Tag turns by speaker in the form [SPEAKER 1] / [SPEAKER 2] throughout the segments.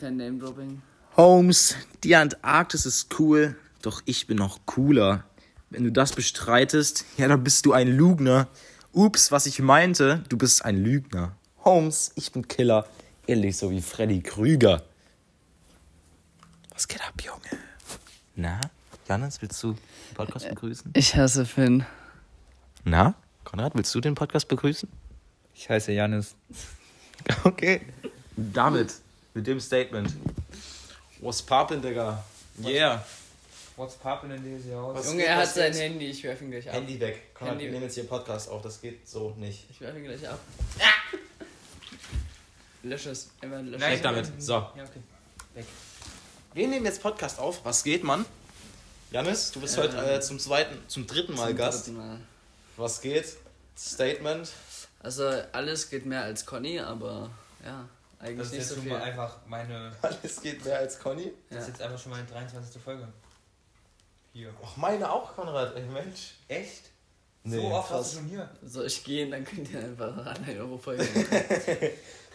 [SPEAKER 1] Kein Name-Dropping.
[SPEAKER 2] Holmes, die Antarktis ist cool, doch ich bin noch cooler. Wenn du das bestreitest, ja, dann bist du ein Lügner. Ups, was ich meinte, du bist ein Lügner. Holmes, ich bin Killer. Ähnlich so wie Freddy Krüger. Was geht ab, Junge? Na, Janis, willst du den Podcast begrüßen?
[SPEAKER 1] Ich hasse Finn.
[SPEAKER 2] Na, Konrad, willst du den Podcast begrüßen?
[SPEAKER 3] Ich heiße Janis.
[SPEAKER 2] Okay. Damit, mit dem Statement. Was poppin', Digga? Yeah.
[SPEAKER 3] What's poppin' in diesem Haus?
[SPEAKER 1] Junge,
[SPEAKER 2] geht,
[SPEAKER 1] er hat
[SPEAKER 2] was
[SPEAKER 1] sein
[SPEAKER 2] geht?
[SPEAKER 1] Handy. Ich werfe ihn gleich ab.
[SPEAKER 2] Handy weg. Konrad,
[SPEAKER 1] Handy
[SPEAKER 2] wir
[SPEAKER 1] weg.
[SPEAKER 2] nehmen jetzt hier Podcast auf, das geht so nicht.
[SPEAKER 1] Ich werfe ihn gleich ab. Ah! Lösch es. Immer lösch
[SPEAKER 2] Weg
[SPEAKER 1] es.
[SPEAKER 2] damit. So.
[SPEAKER 1] Ja, okay.
[SPEAKER 2] Wir nehmen jetzt Podcast auf. Was geht, Mann? Janis, du bist heute äh, zum zweiten, zum dritten
[SPEAKER 3] Äh,
[SPEAKER 2] Mal Gast.
[SPEAKER 1] Dritten Mal.
[SPEAKER 2] Was geht? Statement.
[SPEAKER 1] Also, alles geht mehr als Conny, aber ja, eigentlich
[SPEAKER 3] Das ist
[SPEAKER 1] nicht
[SPEAKER 3] jetzt
[SPEAKER 1] so
[SPEAKER 3] schon
[SPEAKER 1] viel.
[SPEAKER 3] mal einfach meine.
[SPEAKER 2] Alles geht mehr als Conny.
[SPEAKER 3] Das ist jetzt einfach schon meine 23. Folge. Hier.
[SPEAKER 2] Och, meine auch, Konrad. Ey, Mensch.
[SPEAKER 3] Echt?
[SPEAKER 2] Nee,
[SPEAKER 3] so oft warst
[SPEAKER 2] krass.
[SPEAKER 3] du schon hier.
[SPEAKER 1] Soll ich gehen, dann könnt ihr einfach an den Europa gehen.
[SPEAKER 2] Du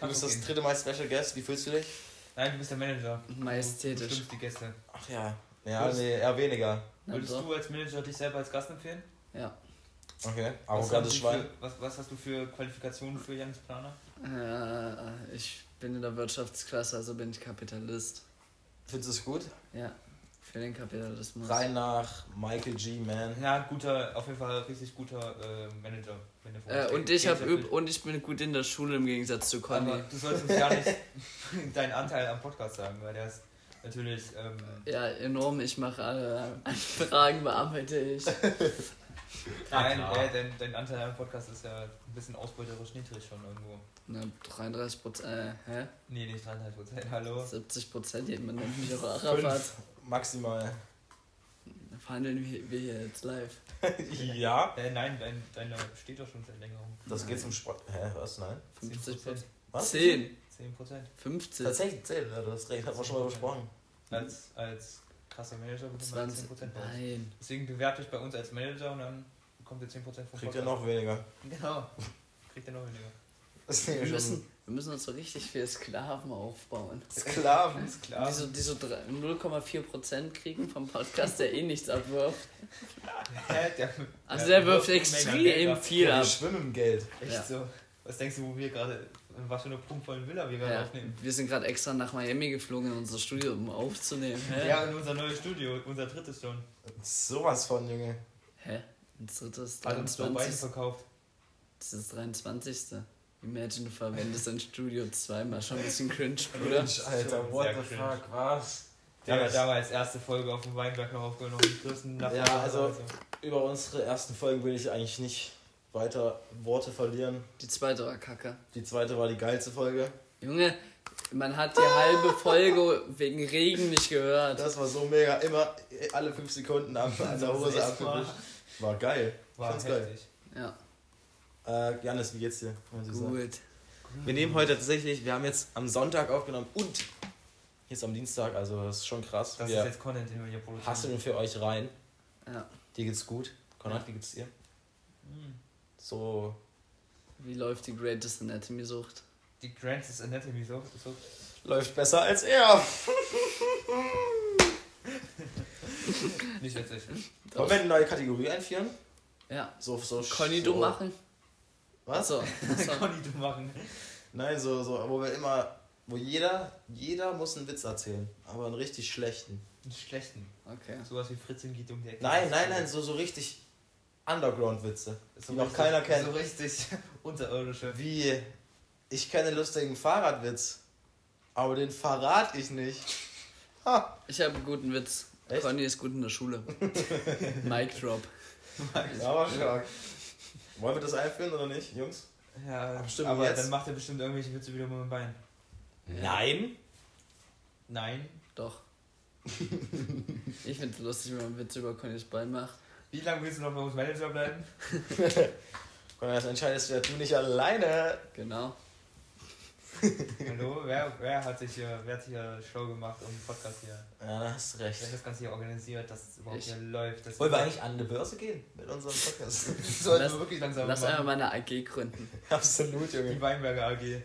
[SPEAKER 3] Kann
[SPEAKER 2] bist
[SPEAKER 3] doch
[SPEAKER 2] das
[SPEAKER 3] gehen.
[SPEAKER 2] dritte Mal Special Guest. Wie fühlst du dich?
[SPEAKER 3] Nein, du bist der Manager. Du
[SPEAKER 1] Majestätisch.
[SPEAKER 3] bestimmst die Gäste.
[SPEAKER 2] Ach ja. Ja,
[SPEAKER 3] Du bist-
[SPEAKER 2] nee, eher weniger.
[SPEAKER 1] Na,
[SPEAKER 3] Würdest
[SPEAKER 1] so.
[SPEAKER 3] du als Manager dich selber als Gast empfehlen?
[SPEAKER 1] Ja.
[SPEAKER 2] Okay.
[SPEAKER 3] Was hast,
[SPEAKER 2] Arrogantes
[SPEAKER 3] du
[SPEAKER 2] Schwein.
[SPEAKER 3] für, was, was hast du für Qualifikationen für Janis Planer?
[SPEAKER 1] Äh, ich bin in der Wirtschaftsklasse, also bin ich Kapitalist.
[SPEAKER 2] Findest du es gut?
[SPEAKER 1] Ja, für den Kapitalismus.
[SPEAKER 2] Rein nach Michael G. Man.
[SPEAKER 3] Ja, guter, auf jeden Fall richtig guter äh, Manager. Wenn der vor uns
[SPEAKER 1] Äh, und,
[SPEAKER 3] steht.
[SPEAKER 1] ich hab
[SPEAKER 3] Sehr
[SPEAKER 1] üb
[SPEAKER 3] viel.
[SPEAKER 1] und ich bin gut in der Schule im Gegensatz zu
[SPEAKER 3] Aber
[SPEAKER 1] Conny.
[SPEAKER 3] du sollst uns gar nicht deinen Anteil am Podcast sagen, weil der ist natürlich. Ähm,
[SPEAKER 1] Ja, enorm. Ich mache äh, Anfragen, bearbeite ich.
[SPEAKER 3] nein,
[SPEAKER 2] klar.
[SPEAKER 3] äh, dein, dein Anteil am Podcast ist ja ein bisschen ausbeuterisch niedrig schon irgendwo.
[SPEAKER 1] Na, 33 Prozent, äh, hä?
[SPEAKER 3] Nee, nicht 33 Prozent, hallo.
[SPEAKER 1] 70 Prozent, jemand nennt mich auch Arafat.
[SPEAKER 2] Fünf. Maximal.
[SPEAKER 1] Verhandeln wir wir hier jetzt live.
[SPEAKER 2] ja.
[SPEAKER 3] Äh, nein, dein, deiner steht doch schon seit längerem.
[SPEAKER 2] Das geht zum Sport. Hä, was? Nein?
[SPEAKER 1] 50 Prozent.
[SPEAKER 2] Was?
[SPEAKER 1] 10,
[SPEAKER 3] 10 Prozent.
[SPEAKER 1] 50,
[SPEAKER 2] Tatsächlich, zählt, ja, du hast recht, hat man schon mal besprochen.
[SPEAKER 3] Als, als krasser Manager bekommt man 10
[SPEAKER 1] 20.
[SPEAKER 3] Prozent.
[SPEAKER 1] Mhm. Nein.
[SPEAKER 3] Deswegen bewerbt euch bei uns als Manager und dann bekommt ihr 10 Prozent vom
[SPEAKER 2] Kriegt er noch weniger.
[SPEAKER 3] Genau. Kriegt ihr noch weniger.
[SPEAKER 2] Das ist
[SPEAKER 1] Wir
[SPEAKER 2] nämlich schon
[SPEAKER 1] müssen, wir müssen uns so richtig viele Sklaven aufbauen.
[SPEAKER 2] Sklaven.
[SPEAKER 3] Ist klar.
[SPEAKER 1] Die so, die so drei- 0,4 Prozent kriegen vom Podcast, der eh nichts abwirft.
[SPEAKER 3] Hä, der,
[SPEAKER 1] Also der wirft
[SPEAKER 3] eine Menge Geld
[SPEAKER 1] extrem
[SPEAKER 3] ab.
[SPEAKER 1] viel
[SPEAKER 2] Wir
[SPEAKER 1] ab.
[SPEAKER 2] schwimmen im Geld.
[SPEAKER 3] Echt
[SPEAKER 1] Ja.
[SPEAKER 3] so. Was denkst du, wo wir gerade, in was für eine prunkvollen Villa wir gerade
[SPEAKER 1] Ja,
[SPEAKER 3] aufnehmen?
[SPEAKER 1] wir sind gerade extra nach Miami geflogen in unser Studio, um aufzunehmen. Hä?
[SPEAKER 3] Ja, in unser neues Studio, unser drittes schon.
[SPEAKER 2] Sowas von, Junge.
[SPEAKER 1] Hä? Das dritte ist
[SPEAKER 3] Hat uns doch beiden
[SPEAKER 1] 23.
[SPEAKER 3] verkauft.
[SPEAKER 1] Das ist das 23. Imagine, du verwendest ein Studio zweimal. Schon ein bisschen cringe, Bruder.
[SPEAKER 3] Schon sehr cringe.
[SPEAKER 2] was?
[SPEAKER 3] Der
[SPEAKER 2] Ja,
[SPEAKER 3] war damals erste Folge auf dem Weinberg noch aufgenommen. Grüßen nach
[SPEAKER 2] Ja,
[SPEAKER 3] Hause.
[SPEAKER 2] also- Über unsere ersten Folgen will ich eigentlich nicht weiter Worte verlieren.
[SPEAKER 1] Die zweite war kacke.
[SPEAKER 2] Die zweite war die geilste Folge.
[SPEAKER 1] Junge, man hat die halbe Folge wegen Regen nicht gehört.
[SPEAKER 2] Das war so mega. Immer äh, alle fünf Sekunden am, an der Hose
[SPEAKER 3] Das war-
[SPEAKER 2] abgewischt. War geil.
[SPEAKER 3] war
[SPEAKER 2] Fand's geil.
[SPEAKER 3] heftig.
[SPEAKER 1] Ja,
[SPEAKER 2] Äh, Janis, wie geht's dir? Muss ich sagen.
[SPEAKER 1] gut.
[SPEAKER 2] Wir nehmen heute tatsächlich, wir haben jetzt am Sonntag aufgenommen und jetzt am Dienstag, also das ist schon krass.
[SPEAKER 3] Das
[SPEAKER 2] wir
[SPEAKER 3] ist jetzt Content, den wir hier produzieren.
[SPEAKER 2] hasseln für euch rein.
[SPEAKER 1] Ja.
[SPEAKER 2] Dir geht's gut. Konrad, wie geht's dir?
[SPEAKER 3] Hm.
[SPEAKER 2] So.
[SPEAKER 1] Wie läuft die Greatest Anatomy-Sucht?
[SPEAKER 3] Die Grants ist Anatomy so. so.
[SPEAKER 2] Läuft besser als er.
[SPEAKER 3] Nicht witzig.
[SPEAKER 2] Wollen wir eine neue Kategorie einführen?
[SPEAKER 1] Ja.
[SPEAKER 2] So, so.
[SPEAKER 1] Conny
[SPEAKER 2] so,
[SPEAKER 1] dumm machen?
[SPEAKER 2] Was?
[SPEAKER 1] Achso. achso.
[SPEAKER 3] Conny, du machen.
[SPEAKER 2] Nein, Ne, so, so, wo wir immer, wo jeder, jeder muss einen Witz erzählen, aber einen richtig schlechten.
[SPEAKER 3] Einen schlechten.
[SPEAKER 1] Okay.
[SPEAKER 3] Sowas wie Fritzchen geht um die Ecke.
[SPEAKER 2] Nein, nein, nein, so, so richtig Underground-Witze.
[SPEAKER 3] So
[SPEAKER 2] die noch
[SPEAKER 3] richtig-
[SPEAKER 2] keiner kennt.
[SPEAKER 3] So richtig unterirdische.
[SPEAKER 2] Wie, ich kenne einen lustigen Fahrradwitz, aber den verrate ich nicht. Ha.
[SPEAKER 1] Ich habe einen guten Witz.
[SPEAKER 2] Echt?
[SPEAKER 1] Conny ist gut in der Schule. Mic Drop.
[SPEAKER 2] Ja, war stark. Wollen wir das einführen oder nicht, Jungs?
[SPEAKER 3] Ja,
[SPEAKER 2] Aber stimmt,
[SPEAKER 3] aber
[SPEAKER 2] jetzt-
[SPEAKER 3] dann macht er bestimmt irgendwelche Witze wieder mit dem Bein.
[SPEAKER 2] Nein.
[SPEAKER 3] Nein.
[SPEAKER 1] Doch. ich finde es lustig, wenn man Witze über Connys Bein macht.
[SPEAKER 3] Wie lange willst du noch bei uns Manager bleiben?
[SPEAKER 2] Konrad, das entscheidest du ja du nicht alleine.
[SPEAKER 1] Genau.
[SPEAKER 3] Hallo? Wer, wer, hat sich hier, wer hat sich hier schlau gemacht und den Podcast hier?
[SPEAKER 2] Ja, da hast du
[SPEAKER 3] Wer hat
[SPEAKER 2] recht.
[SPEAKER 3] das Ganze hier organisiert, dass es überhaupt
[SPEAKER 1] Ich.
[SPEAKER 3] hier läuft? Das
[SPEAKER 2] Wollen wir eigentlich an die Börse gehen mit unserem Podcast?
[SPEAKER 3] sollten
[SPEAKER 1] Lass-
[SPEAKER 3] wir wirklich langsam
[SPEAKER 1] Lass einfach
[SPEAKER 3] machen.
[SPEAKER 1] mal eine AG gründen.
[SPEAKER 2] Absolut,
[SPEAKER 3] Die
[SPEAKER 2] Junge.
[SPEAKER 3] Weinberger AG.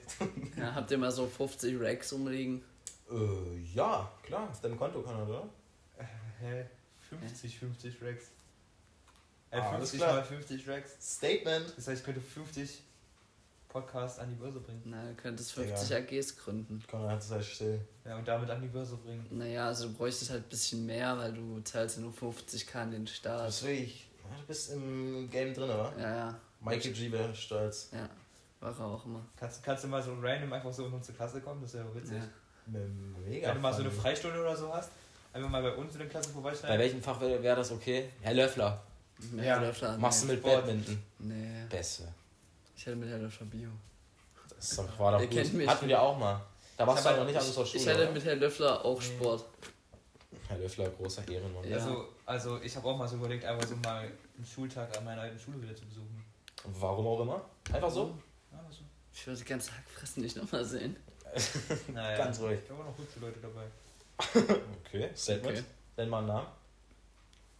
[SPEAKER 1] Ja, habt ihr mal so 50 Racks umliegen?
[SPEAKER 2] Äh, ja, klar, auf deinem Konto kann er, oder?
[SPEAKER 3] Äh, Hä? 50, 50 Racks. Äh,
[SPEAKER 2] Ah, alles
[SPEAKER 3] 50
[SPEAKER 2] klar.
[SPEAKER 3] mal 50 Racks.
[SPEAKER 2] Statement.
[SPEAKER 3] Das heißt, ich könnte 50 Podcasts an die Börse bringen.
[SPEAKER 1] Na, du könntest 50 AGs gründen.
[SPEAKER 2] Konrad ist halt still.
[SPEAKER 3] Ja, und damit an die Börse bringen.
[SPEAKER 1] Naja, also du bräuchtest halt ein bisschen mehr, weil du zahlst ja nur 50k an den Staat.
[SPEAKER 2] Das will ich. Ja, du bist im Game drin, oder?
[SPEAKER 1] Ja, ja,
[SPEAKER 2] Michael G. wäre stolz.
[SPEAKER 1] ja. War er auch immer.
[SPEAKER 3] Kannst, kannst du mal so random einfach so in unsere Klasse kommen? Das wäre ja witzig.
[SPEAKER 1] Ja.
[SPEAKER 2] Mega.
[SPEAKER 3] Wenn du mal so eine
[SPEAKER 2] funny.
[SPEAKER 3] Freistunde oder so hast, einfach mal bei uns in der Klasse
[SPEAKER 2] Bei
[SPEAKER 3] vorbeischneiden.
[SPEAKER 2] welchem Fach wäre wär das okay? Herr Löffler,
[SPEAKER 1] Mit
[SPEAKER 3] Ja.
[SPEAKER 1] Herr Löffler-
[SPEAKER 2] machst du
[SPEAKER 1] nee.
[SPEAKER 2] mit
[SPEAKER 3] Sport.
[SPEAKER 2] Badminton?
[SPEAKER 1] Nee,
[SPEAKER 2] Beste.
[SPEAKER 1] ich hätte mit Herr Löffler Bio.
[SPEAKER 2] Das ist doch, war doch
[SPEAKER 1] Ihr
[SPEAKER 2] gut.
[SPEAKER 1] kennt mich.
[SPEAKER 2] Hatten wir auch mal. Da warst
[SPEAKER 3] Ich
[SPEAKER 2] du halt
[SPEAKER 3] hab
[SPEAKER 2] noch nicht
[SPEAKER 3] halt-
[SPEAKER 2] an unserer Schule.
[SPEAKER 1] Ich hätte
[SPEAKER 2] oder?
[SPEAKER 1] mit Herr Löffler auch
[SPEAKER 3] Nee.
[SPEAKER 1] Sport.
[SPEAKER 2] Herr Löffler, großer Ehrenmann.
[SPEAKER 1] Ja.
[SPEAKER 3] Also, also ich habe auch mal so überlegt, einfach so mal einen Schultag an meiner alten Schule wieder zu besuchen.
[SPEAKER 2] Warum auch immer? Einfach so?
[SPEAKER 3] Ja, also, was so.
[SPEAKER 1] Ich würde die ganze Hackfressen nicht nochmal sehen.
[SPEAKER 3] Naja.
[SPEAKER 2] Ganz ruhig.
[SPEAKER 3] Ich habe auch noch hübsche Leute dabei.
[SPEAKER 2] Okay, Statement.
[SPEAKER 1] Okay.
[SPEAKER 2] Nenn mal einen Namen.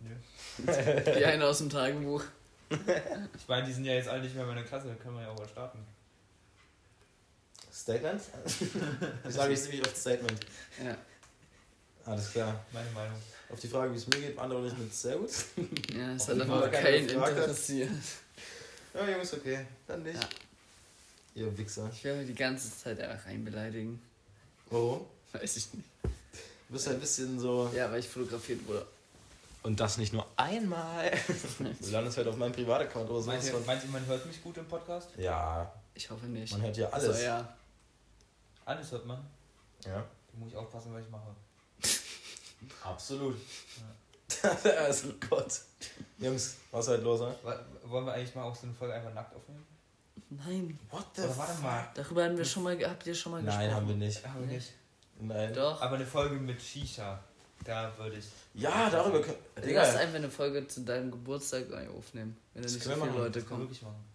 [SPEAKER 3] Nö.
[SPEAKER 1] Die eine aus dem Tagebuch.
[SPEAKER 3] Ich meine, die sind ja jetzt alle nicht mehr in meiner Klasse, da können wir ja auch was starten.
[SPEAKER 2] Statement? ich sage jetzt ziemlich oft Statement.
[SPEAKER 1] Ja,
[SPEAKER 2] Alles klar.
[SPEAKER 3] Meine Meinung.
[SPEAKER 2] Auf die Frage, wie es mir geht, beantworte ich mit sehr gut.
[SPEAKER 1] ja es hat
[SPEAKER 2] Ob die Frau
[SPEAKER 1] aber
[SPEAKER 2] keine
[SPEAKER 1] keinen
[SPEAKER 2] gefragt hat?
[SPEAKER 1] interessiert.
[SPEAKER 2] Ja, Jungs, okay. Dann nicht.
[SPEAKER 1] Ja.
[SPEAKER 2] Ihr Wichser.
[SPEAKER 1] Ich werde mir die ganze Zeit einfach reinbeleidigen.
[SPEAKER 2] Warum?
[SPEAKER 1] Weiß ich nicht.
[SPEAKER 2] Du bist ein bisschen so.
[SPEAKER 1] Ja, weil ich fotografiert wurde.
[SPEAKER 2] Und das nicht nur einmal. du landest halt auf meinem Privataccount oder
[SPEAKER 3] Meint
[SPEAKER 2] sowas
[SPEAKER 3] ihr,
[SPEAKER 2] von.
[SPEAKER 3] meint ihr, man hört mich gut im Podcast?
[SPEAKER 2] Ja,
[SPEAKER 1] Ich hoffe nicht.
[SPEAKER 2] man hört ja alles.
[SPEAKER 1] Also, ja.
[SPEAKER 3] Alles hört man.
[SPEAKER 2] Ja,
[SPEAKER 3] Da muss ich aufpassen, was ich mache.
[SPEAKER 2] absolut. also Gott. Jungs, was ist heute los, ne?
[SPEAKER 3] Wa- Wollen wir eigentlich mal auch so eine Folge einfach nackt aufnehmen?
[SPEAKER 1] Nein,
[SPEAKER 2] What the
[SPEAKER 3] Oder warte mal.
[SPEAKER 1] darüber haben wir schon mal, ge- habt ihr schon mal
[SPEAKER 2] Nein,
[SPEAKER 1] gesprochen?
[SPEAKER 2] haben wir nicht.
[SPEAKER 3] Aber nicht.
[SPEAKER 2] Nein.
[SPEAKER 1] Doch.
[SPEAKER 3] Aber eine Folge mit Shisha. Da würde ich.
[SPEAKER 2] Ja, darüber können.
[SPEAKER 1] Lass
[SPEAKER 2] Digga.
[SPEAKER 1] einfach eine Folge zu deinem Geburtstag aufnehmen, wenn da
[SPEAKER 2] Das
[SPEAKER 1] nicht so
[SPEAKER 2] können
[SPEAKER 1] viele
[SPEAKER 2] wir machen.
[SPEAKER 1] Leute
[SPEAKER 3] Das kann man
[SPEAKER 1] kommen.
[SPEAKER 3] wirklich machen.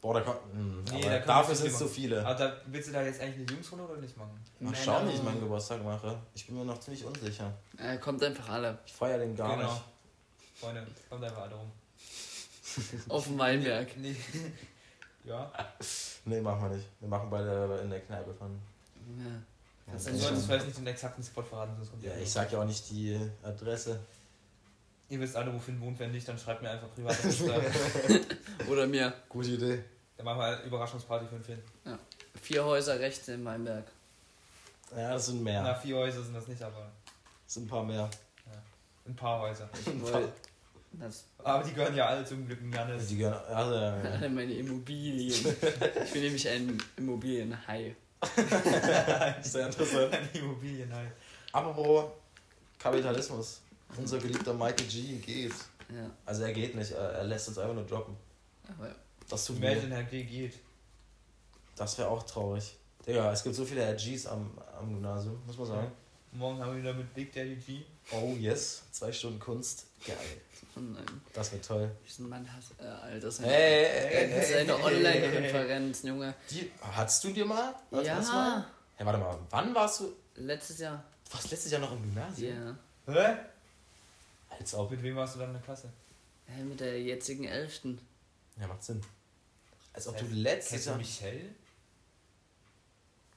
[SPEAKER 2] Boah, da kommt. Hm,
[SPEAKER 3] Nee, da
[SPEAKER 2] aber
[SPEAKER 3] kann
[SPEAKER 2] dafür
[SPEAKER 3] man
[SPEAKER 2] sind
[SPEAKER 3] nicht
[SPEAKER 2] so viele.
[SPEAKER 3] Aber da willst du da jetzt eigentlich eine Jungsrunde oder nicht machen?
[SPEAKER 2] Mal schauen, wie ich meinen Geburtstag mache. Ich bin mir noch ziemlich unsicher.
[SPEAKER 1] Äh, kommt einfach alle.
[SPEAKER 2] Ich feiere den gar
[SPEAKER 3] Genau.
[SPEAKER 2] nicht.
[SPEAKER 3] Freunde, kommt einfach alle rum.
[SPEAKER 1] Auf dem Weinberg.
[SPEAKER 3] Nee. ja.
[SPEAKER 2] Nee, machen wir nicht. Wir machen beide in der Kneipe von.
[SPEAKER 1] Ja. Kannst
[SPEAKER 2] Ja,
[SPEAKER 3] Dann
[SPEAKER 1] du
[SPEAKER 3] solltest du
[SPEAKER 1] schon-
[SPEAKER 3] vielleicht nicht den exakten Spot verraten, sonst kommt
[SPEAKER 2] Also Ja,
[SPEAKER 3] ihr
[SPEAKER 2] ich sag ja auch nicht die Adresse.
[SPEAKER 3] Ihr wisst alle, wo Finn wohnt, wenn nicht, dann schreibt mir einfach privat. auf Insta.
[SPEAKER 1] Oder mir.
[SPEAKER 2] Gute Idee.
[SPEAKER 3] dann machen wir eine Überraschungsparty für den Finn.
[SPEAKER 1] Vier Häuser rechts in Weinberg.
[SPEAKER 2] Ja, das sind
[SPEAKER 3] Na,
[SPEAKER 2] mehr.
[SPEAKER 3] vier Häuser sind das nicht, aber
[SPEAKER 2] Das sind ein paar mehr.
[SPEAKER 3] ein paar Häuser.
[SPEAKER 1] Weil das
[SPEAKER 3] Aber die gehören ja alle zum Glück in Jannis.
[SPEAKER 2] Die gehören. Also, ja, ja.
[SPEAKER 1] alle meine Immobilien. Ich bin nämlich ein Immobilienhai.
[SPEAKER 2] Sehr interessant.
[SPEAKER 3] Immobilien halt.
[SPEAKER 2] Apropos Kapitalismus. Unser geliebter Michael G. geht.
[SPEAKER 1] Ja,
[SPEAKER 2] Also er geht nicht, er er lässt uns einfach nur droppen.
[SPEAKER 1] aber
[SPEAKER 2] Das tut mir.
[SPEAKER 3] Imagine, Herr G geht.
[SPEAKER 2] Das wäre auch traurig. Digga, es gibt so viele RGs am, am Gymnasium, muss man sagen.
[SPEAKER 3] Morgen haben wir wieder mit Big Daddy G.
[SPEAKER 2] Oh yes, zwei Stunden Kunst. Geil.
[SPEAKER 1] oh nein,
[SPEAKER 2] Das wird toll.
[SPEAKER 1] diesen Mann hasst äh, Alter. Das ist eine,
[SPEAKER 2] Hey,
[SPEAKER 1] das ist
[SPEAKER 2] hey, hey,
[SPEAKER 1] eine
[SPEAKER 2] hey.
[SPEAKER 1] Online-Konferenz, Junge.
[SPEAKER 2] Die, hattest du dir mal? das erste Mal?
[SPEAKER 1] Ja,
[SPEAKER 2] Hey, warte mal, wann warst du?
[SPEAKER 1] letztes Jahr.
[SPEAKER 2] Du warst letztes Jahr noch im Gymnasium?
[SPEAKER 1] Ja.
[SPEAKER 3] Hä?
[SPEAKER 2] Als ob.
[SPEAKER 3] Mit wem warst du dann in der Klasse?
[SPEAKER 1] Hä, mit der jetzigen Elften.
[SPEAKER 2] Ja, macht Sinn. Als ob du
[SPEAKER 3] Hey,
[SPEAKER 2] letztes
[SPEAKER 3] Kennst du
[SPEAKER 2] Jahr.
[SPEAKER 3] Michelle?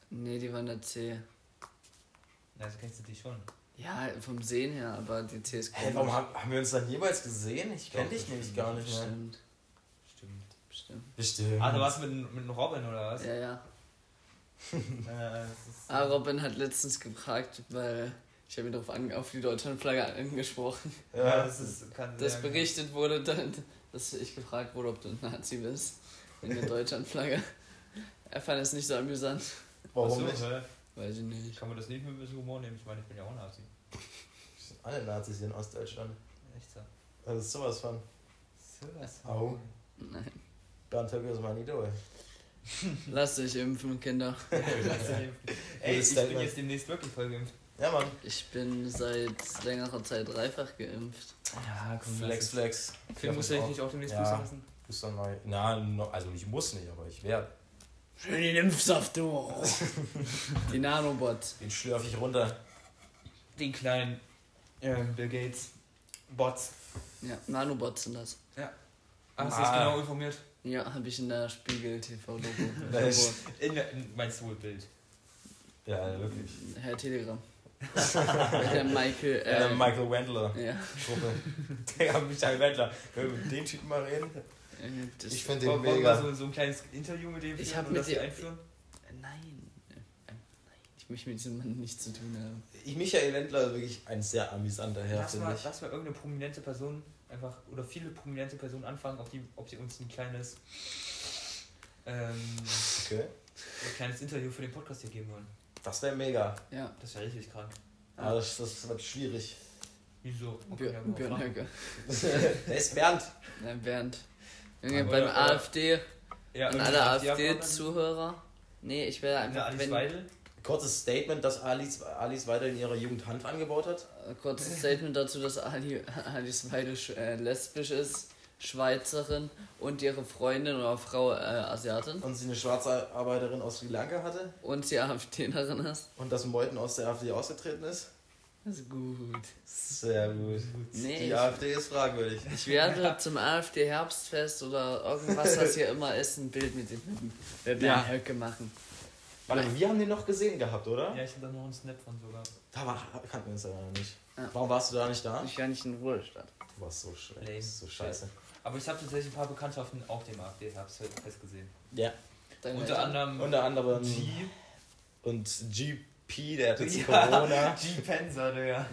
[SPEAKER 1] Nee, die war in der C.
[SPEAKER 3] Na, also kennst du die schon.
[SPEAKER 1] Ja, vom Sehen her, aber die C ist
[SPEAKER 2] Hey, warum haben, haben wir uns dann jemals gesehen? Ich kenne dich nämlich gar nicht mehr.
[SPEAKER 1] Stimmt,
[SPEAKER 3] Stimmt.
[SPEAKER 1] stimmt.
[SPEAKER 2] Bestimmt.
[SPEAKER 3] Ah, du warst mit, mit einem Robin oder was?
[SPEAKER 1] Ja, ja.
[SPEAKER 3] Äh, das ist,
[SPEAKER 1] Ah, Robin hat letztens gefragt, weil ich habe ihn darauf an, auf die Deutschlandflagge angesprochen,
[SPEAKER 3] ja,
[SPEAKER 2] Ja,
[SPEAKER 3] das ist, kann
[SPEAKER 1] dass
[SPEAKER 3] sehr-
[SPEAKER 1] berichtet wurde, dann, dass ich gefragt wurde, ob du ein Nazi bist. In der Deutschlandflagge. Er fand es nicht so amüsant.
[SPEAKER 3] Ach
[SPEAKER 2] warum
[SPEAKER 3] so,
[SPEAKER 2] nicht?
[SPEAKER 3] hä?
[SPEAKER 1] Weiß ich nicht.
[SPEAKER 3] Kann man das nicht mit ein bisschen Humor nehmen? Ich meine, ich bin ja auch Nazi.
[SPEAKER 2] Alle Nazis hier in Ostdeutschland.
[SPEAKER 3] Echt so.
[SPEAKER 2] Das ist sowas von.
[SPEAKER 3] So was.
[SPEAKER 2] Au.
[SPEAKER 1] Nein.
[SPEAKER 2] Bernd Höcke ist mein Idol.
[SPEAKER 1] Lasst euch impfen, Kinder.
[SPEAKER 3] Ey, ich bin
[SPEAKER 2] Statement.
[SPEAKER 3] jetzt demnächst wirklich voll geimpft.
[SPEAKER 2] Ja, Mann.
[SPEAKER 1] Ich bin seit längerer Zeit dreifach geimpft. Ah,
[SPEAKER 3] Ja,
[SPEAKER 2] Flex, Flex.
[SPEAKER 3] Film muss ich nicht auch demnächst
[SPEAKER 2] Ja.
[SPEAKER 3] ja. lassen.
[SPEAKER 2] Bist dann neu. Na, no, also ich muss nicht, aber ich werde.
[SPEAKER 1] Schön den Impfsaft, du! Die Nanobots.
[SPEAKER 2] Den schlürfe ich runter.
[SPEAKER 3] Den kleinen ähm, Bill Gates Bots.
[SPEAKER 1] Ja, Nanobots sind das.
[SPEAKER 3] Hast du das
[SPEAKER 2] Ah.
[SPEAKER 3] genau informiert?
[SPEAKER 1] Ja, habe ich in der Spiegel TV Logo.
[SPEAKER 2] Echt?
[SPEAKER 3] In, der- in, meinst du wohl Bild?
[SPEAKER 2] Ja, wirklich.
[SPEAKER 1] Herr Telegram. Herr Michael. Äh,
[SPEAKER 2] Äh, Michael Wendler.
[SPEAKER 1] Ja.
[SPEAKER 2] Gruppe. Digga, Michael halt Wendler. Können wir mit dem Typen mal reden?
[SPEAKER 1] Äh, Das,
[SPEAKER 4] Ich finde den
[SPEAKER 3] Wollen wir mal
[SPEAKER 4] mega.
[SPEAKER 3] so, so ein kleines Interview mit dem
[SPEAKER 1] Ich
[SPEAKER 3] führen
[SPEAKER 1] hab
[SPEAKER 3] und
[SPEAKER 1] mit
[SPEAKER 3] das hier
[SPEAKER 1] dir-
[SPEAKER 3] einführen?
[SPEAKER 1] äh, nein. Äh, äh, nein. Ich möchte mit diesem Mann nichts zu tun haben.
[SPEAKER 2] Ich, Michael Wendler ist wirklich ein sehr amüsanter Herr,
[SPEAKER 3] Lass
[SPEAKER 2] finde
[SPEAKER 3] mal,
[SPEAKER 2] ich.
[SPEAKER 3] lass mal irgendeine prominente Person einfach oder viele prominente Personen anfangen, ob, die, ob sie uns ein kleines, ähm,
[SPEAKER 2] Okay.
[SPEAKER 3] ein kleines Interview für den Podcast hier geben wollen.
[SPEAKER 2] Das wäre mega.
[SPEAKER 1] Ja.
[SPEAKER 3] Das wäre richtig krank.
[SPEAKER 2] Aber Ah, das, das wird schwierig.
[SPEAKER 3] Wieso?
[SPEAKER 1] Björ-
[SPEAKER 3] ja,
[SPEAKER 2] genau.
[SPEAKER 1] Björn
[SPEAKER 3] machen.
[SPEAKER 1] Höcke.
[SPEAKER 2] Der ist Bernd.
[SPEAKER 1] Nein, Bernd. Junge,
[SPEAKER 3] Aber-
[SPEAKER 1] beim
[SPEAKER 3] aber-
[SPEAKER 1] AfD
[SPEAKER 3] ja,
[SPEAKER 1] und alle AfD-Zuhörer. Nee, ich werde
[SPEAKER 3] Eine
[SPEAKER 1] einfach,
[SPEAKER 3] Alice
[SPEAKER 1] wenn,
[SPEAKER 3] Weidel.
[SPEAKER 2] Kurzes Statement, dass Alice, Alice weiter in ihrer Jugend Hanf angebaut hat.
[SPEAKER 1] Äh, Kurzes Statement dazu, dass Ali, Alice Weidel sch- äh, lesbisch ist, Schweizerin und ihre Freundin oder Frau äh, Asiatin
[SPEAKER 2] Und sie eine schwarze Arbeiterin aus Sri Lanka hatte.
[SPEAKER 1] und sie AfDlerin ist.
[SPEAKER 2] Und dass Meuthen aus der AfD ausgetreten ist.
[SPEAKER 1] Das ist gut.
[SPEAKER 2] Sehr gut.
[SPEAKER 1] Nee,
[SPEAKER 2] Die
[SPEAKER 1] ich,
[SPEAKER 2] AfD ist fragwürdig.
[SPEAKER 1] ich werde zum AfD-Herbstfest oder irgendwas, was hier immer ist, ein Bild mit dem
[SPEAKER 2] Ja.
[SPEAKER 1] ja. Höcke machen.
[SPEAKER 2] Warte, wir haben den noch gesehen gehabt, oder?
[SPEAKER 3] Ja, ich hab da noch einen Snap von sogar.
[SPEAKER 2] Da war, kannten wir uns ja nicht.
[SPEAKER 1] Ja.
[SPEAKER 2] Warum warst du da nicht da?
[SPEAKER 1] Ich war nicht in Ruhestand.
[SPEAKER 2] Du warst so schlecht.
[SPEAKER 3] Lame.
[SPEAKER 2] So scheiße.
[SPEAKER 3] Aber ich habe tatsächlich ein paar Bekanntschaften auf dem AfD-Herbstfest halt gesehen.
[SPEAKER 2] Ja.
[SPEAKER 1] Deine
[SPEAKER 3] Unter
[SPEAKER 1] Eltern-
[SPEAKER 3] anderem
[SPEAKER 2] Unter anderem
[SPEAKER 3] G.
[SPEAKER 2] und GP, der hat jetzt
[SPEAKER 3] Ja.
[SPEAKER 2] Corona.
[SPEAKER 3] G. Penzer, Digga.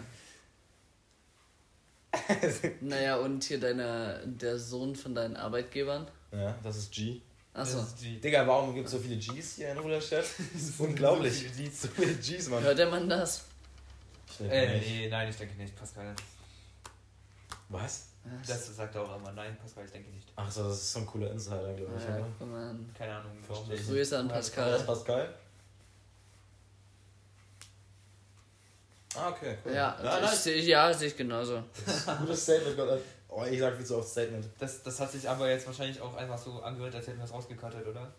[SPEAKER 1] Naja, und hier deine, der Sohn von deinen Arbeitgebern.
[SPEAKER 2] Ja, das ist G.
[SPEAKER 1] Achso.
[SPEAKER 3] Das ist G.
[SPEAKER 2] Digga, warum gibt es so viele Gs hier in Ruderstadt? Das ist unglaublich.
[SPEAKER 3] So viele Gs.
[SPEAKER 2] So viele Gs, Mann.
[SPEAKER 1] Hört der Mann das?
[SPEAKER 2] Ich denke
[SPEAKER 3] Äh,
[SPEAKER 2] nicht.
[SPEAKER 3] nee, nein, ich denke nicht, Pascal.
[SPEAKER 2] Was?
[SPEAKER 3] Das sagt er auch immer. Nein, Pascal, ich denke nicht.
[SPEAKER 2] Ach so, das ist so ein cooler Insider, glaube ich.
[SPEAKER 1] Ja,
[SPEAKER 2] oder?
[SPEAKER 1] guck mal an.
[SPEAKER 3] Keine Ahnung, warum
[SPEAKER 2] Verstehe
[SPEAKER 3] das-
[SPEAKER 1] Grüße an
[SPEAKER 2] Ah, das
[SPEAKER 1] Pascal.
[SPEAKER 2] ist Pascal. Ah, okay, cool.
[SPEAKER 1] Ja,
[SPEAKER 2] ja
[SPEAKER 1] ich
[SPEAKER 2] nice.
[SPEAKER 1] seh- ja sehe ich genauso.
[SPEAKER 2] Gutes Statement. Gott. Oh, ich sag viel zu oft Statement.
[SPEAKER 3] Das, das hat sich aber jetzt wahrscheinlich auch einfach so angehört, als hätten wir es rausgekattet, oder?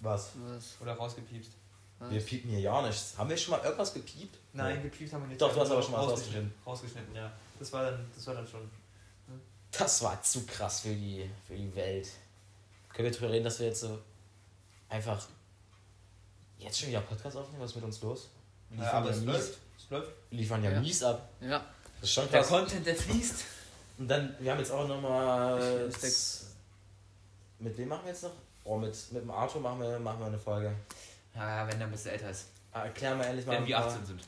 [SPEAKER 2] Was?
[SPEAKER 1] Was?
[SPEAKER 3] Oder rausgepiepst.
[SPEAKER 1] was?
[SPEAKER 2] Wir piepen hier ja nichts. Haben wir schon mal irgendwas gepiept?
[SPEAKER 3] Nein, gepiept haben wir nicht.
[SPEAKER 2] Doch, du hast aber schon mal was
[SPEAKER 3] rausgeschnitten. Rausgeschnitten, ja. Das war dann, das war dann schon.
[SPEAKER 2] Das war zu krass für die, für die Welt. Können wir drüber reden, dass wir jetzt so einfach jetzt schon wieder Podcast aufnehmen? Was ist mit uns los? Wir
[SPEAKER 3] Ja, aber es
[SPEAKER 2] ja mies,
[SPEAKER 3] läuft. Es läuft.
[SPEAKER 2] liefern ja,
[SPEAKER 1] Ja.
[SPEAKER 2] mies ab.
[SPEAKER 1] Ja,
[SPEAKER 2] Das ist schon
[SPEAKER 3] Der
[SPEAKER 2] krass.
[SPEAKER 3] Content, der fließt.
[SPEAKER 2] Und dann, wir haben jetzt auch nochmal.
[SPEAKER 1] Ich- ich
[SPEAKER 2] Mit wem machen wir jetzt noch? Oh, mit, mit dem Arthur machen wir, machen wir eine Folge.
[SPEAKER 3] Ja, wenn der ein bisschen älter ist.
[SPEAKER 2] Ah, Erklären wir endlich mal.
[SPEAKER 3] Wenn
[SPEAKER 2] ein
[SPEAKER 3] wir
[SPEAKER 2] paar-
[SPEAKER 3] 18 sind.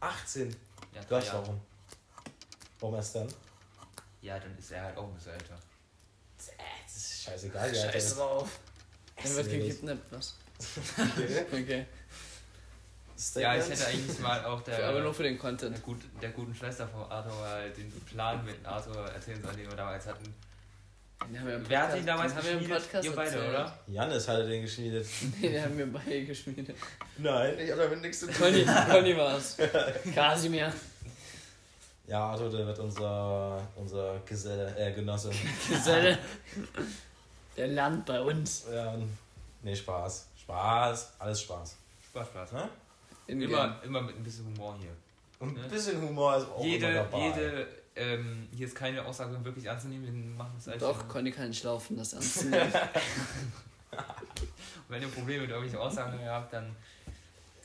[SPEAKER 2] 18.
[SPEAKER 3] Ja, drei
[SPEAKER 2] Gosh,
[SPEAKER 3] Jahre.
[SPEAKER 2] warum? Warum erst dann?
[SPEAKER 3] ja, dann ist er halt auch ein bisschen älter.
[SPEAKER 2] Das ist scheißegal, wie alt er
[SPEAKER 1] scheiß
[SPEAKER 2] ist.
[SPEAKER 1] drauf. Dann wird
[SPEAKER 2] Essen wir das.
[SPEAKER 1] gekidnappt, was? Okay.
[SPEAKER 3] Ja,
[SPEAKER 2] Statement.
[SPEAKER 3] ich hätte eigentlich mal auch der,
[SPEAKER 1] Aber nur für den
[SPEAKER 3] der,
[SPEAKER 1] Content.
[SPEAKER 3] gut, der guten Schwester von Arthur halt den Plan mit Arthur erzählen sollen, den wir damals hatten.
[SPEAKER 1] Den haben wir im
[SPEAKER 3] Wer hat ihn
[SPEAKER 1] Podcast-
[SPEAKER 3] damals
[SPEAKER 1] den haben wir im
[SPEAKER 3] geschmiedet?
[SPEAKER 1] Podcast
[SPEAKER 3] Ihr beide,
[SPEAKER 1] erzählt.
[SPEAKER 3] oder?
[SPEAKER 2] Janis hatte den geschmiedet.
[SPEAKER 1] Nee, den haben wir beide geschmiedet.
[SPEAKER 2] Nein, ich habe damit nichts zu
[SPEAKER 1] Conny, Conny war's. Kasimir.
[SPEAKER 2] Ja, Arthur, der wird unser, unser Geselle, äh, Genosse.
[SPEAKER 1] Geselle. Der lernt bei uns.
[SPEAKER 2] ähm, nee, Spaß. Spaß, alles Spaß.
[SPEAKER 3] Spaß, Spaß.
[SPEAKER 2] Ne?
[SPEAKER 1] In Gang.
[SPEAKER 3] Immer, immer mit ein bisschen Humor hier.
[SPEAKER 2] Und
[SPEAKER 3] Ne?
[SPEAKER 2] ein bisschen Humor ist auch Oh, immer
[SPEAKER 3] jede,
[SPEAKER 2] dabei.
[SPEAKER 3] jede, ähm, hier ist keine Aussage wirklich ernst zu nehmen, wir machen es einfach.
[SPEAKER 1] Doch, Conny kann nicht laufen, das ernst zu nehmen.
[SPEAKER 3] Wenn ihr Probleme mit irgendwelchen Aussagen habt, dann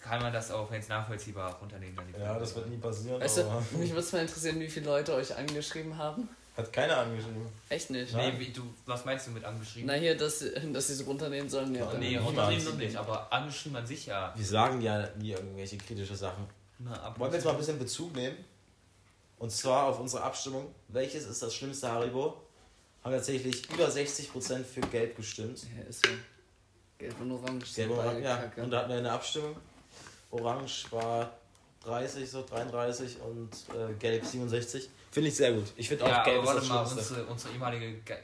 [SPEAKER 3] kann man das auch, wenn es nachvollziehbar runternehmen. Dann die
[SPEAKER 2] Ja, das wird nie passieren,
[SPEAKER 1] Weißt
[SPEAKER 2] aber
[SPEAKER 1] du, mich würde es mal interessieren, wie viele Leute euch angeschrieben haben.
[SPEAKER 2] hat keiner angeschrieben.
[SPEAKER 1] Echt nicht.
[SPEAKER 2] Ja.
[SPEAKER 3] Nee, wie, du, was meinst du mit angeschrieben?
[SPEAKER 1] Na hier, dass, dass sie es runternehmen sollen. Ja,
[SPEAKER 2] Nein.
[SPEAKER 3] nee,
[SPEAKER 2] niemals.
[SPEAKER 3] runternehmen noch nicht, aber angeschrieben an sich ja.
[SPEAKER 2] Wir sagen ja nie irgendwelche kritische Sachen.
[SPEAKER 3] Na, ab-
[SPEAKER 2] Wollen wir jetzt mal ein bisschen Bezug nehmen? Und zwar auf unsere Abstimmung. Welches ist das schlimmste Haribo? Haben tatsächlich über 60% für Gelb gestimmt.
[SPEAKER 1] Ja, ist so. Gelb und Orange.
[SPEAKER 2] Gelb und
[SPEAKER 1] sind
[SPEAKER 2] Orange,
[SPEAKER 1] beide
[SPEAKER 2] ja.
[SPEAKER 1] Kacke.
[SPEAKER 2] Und da hatten wir eine Abstimmung. Orange war 30, so 33 und äh, Gelb 67. Finde ich sehr gut. Ich finde auch
[SPEAKER 3] ja,
[SPEAKER 2] Gelb
[SPEAKER 3] aber
[SPEAKER 2] ist das
[SPEAKER 3] warte mal,
[SPEAKER 2] Schlimmste.
[SPEAKER 3] unsere, unsere ehemalige Ga-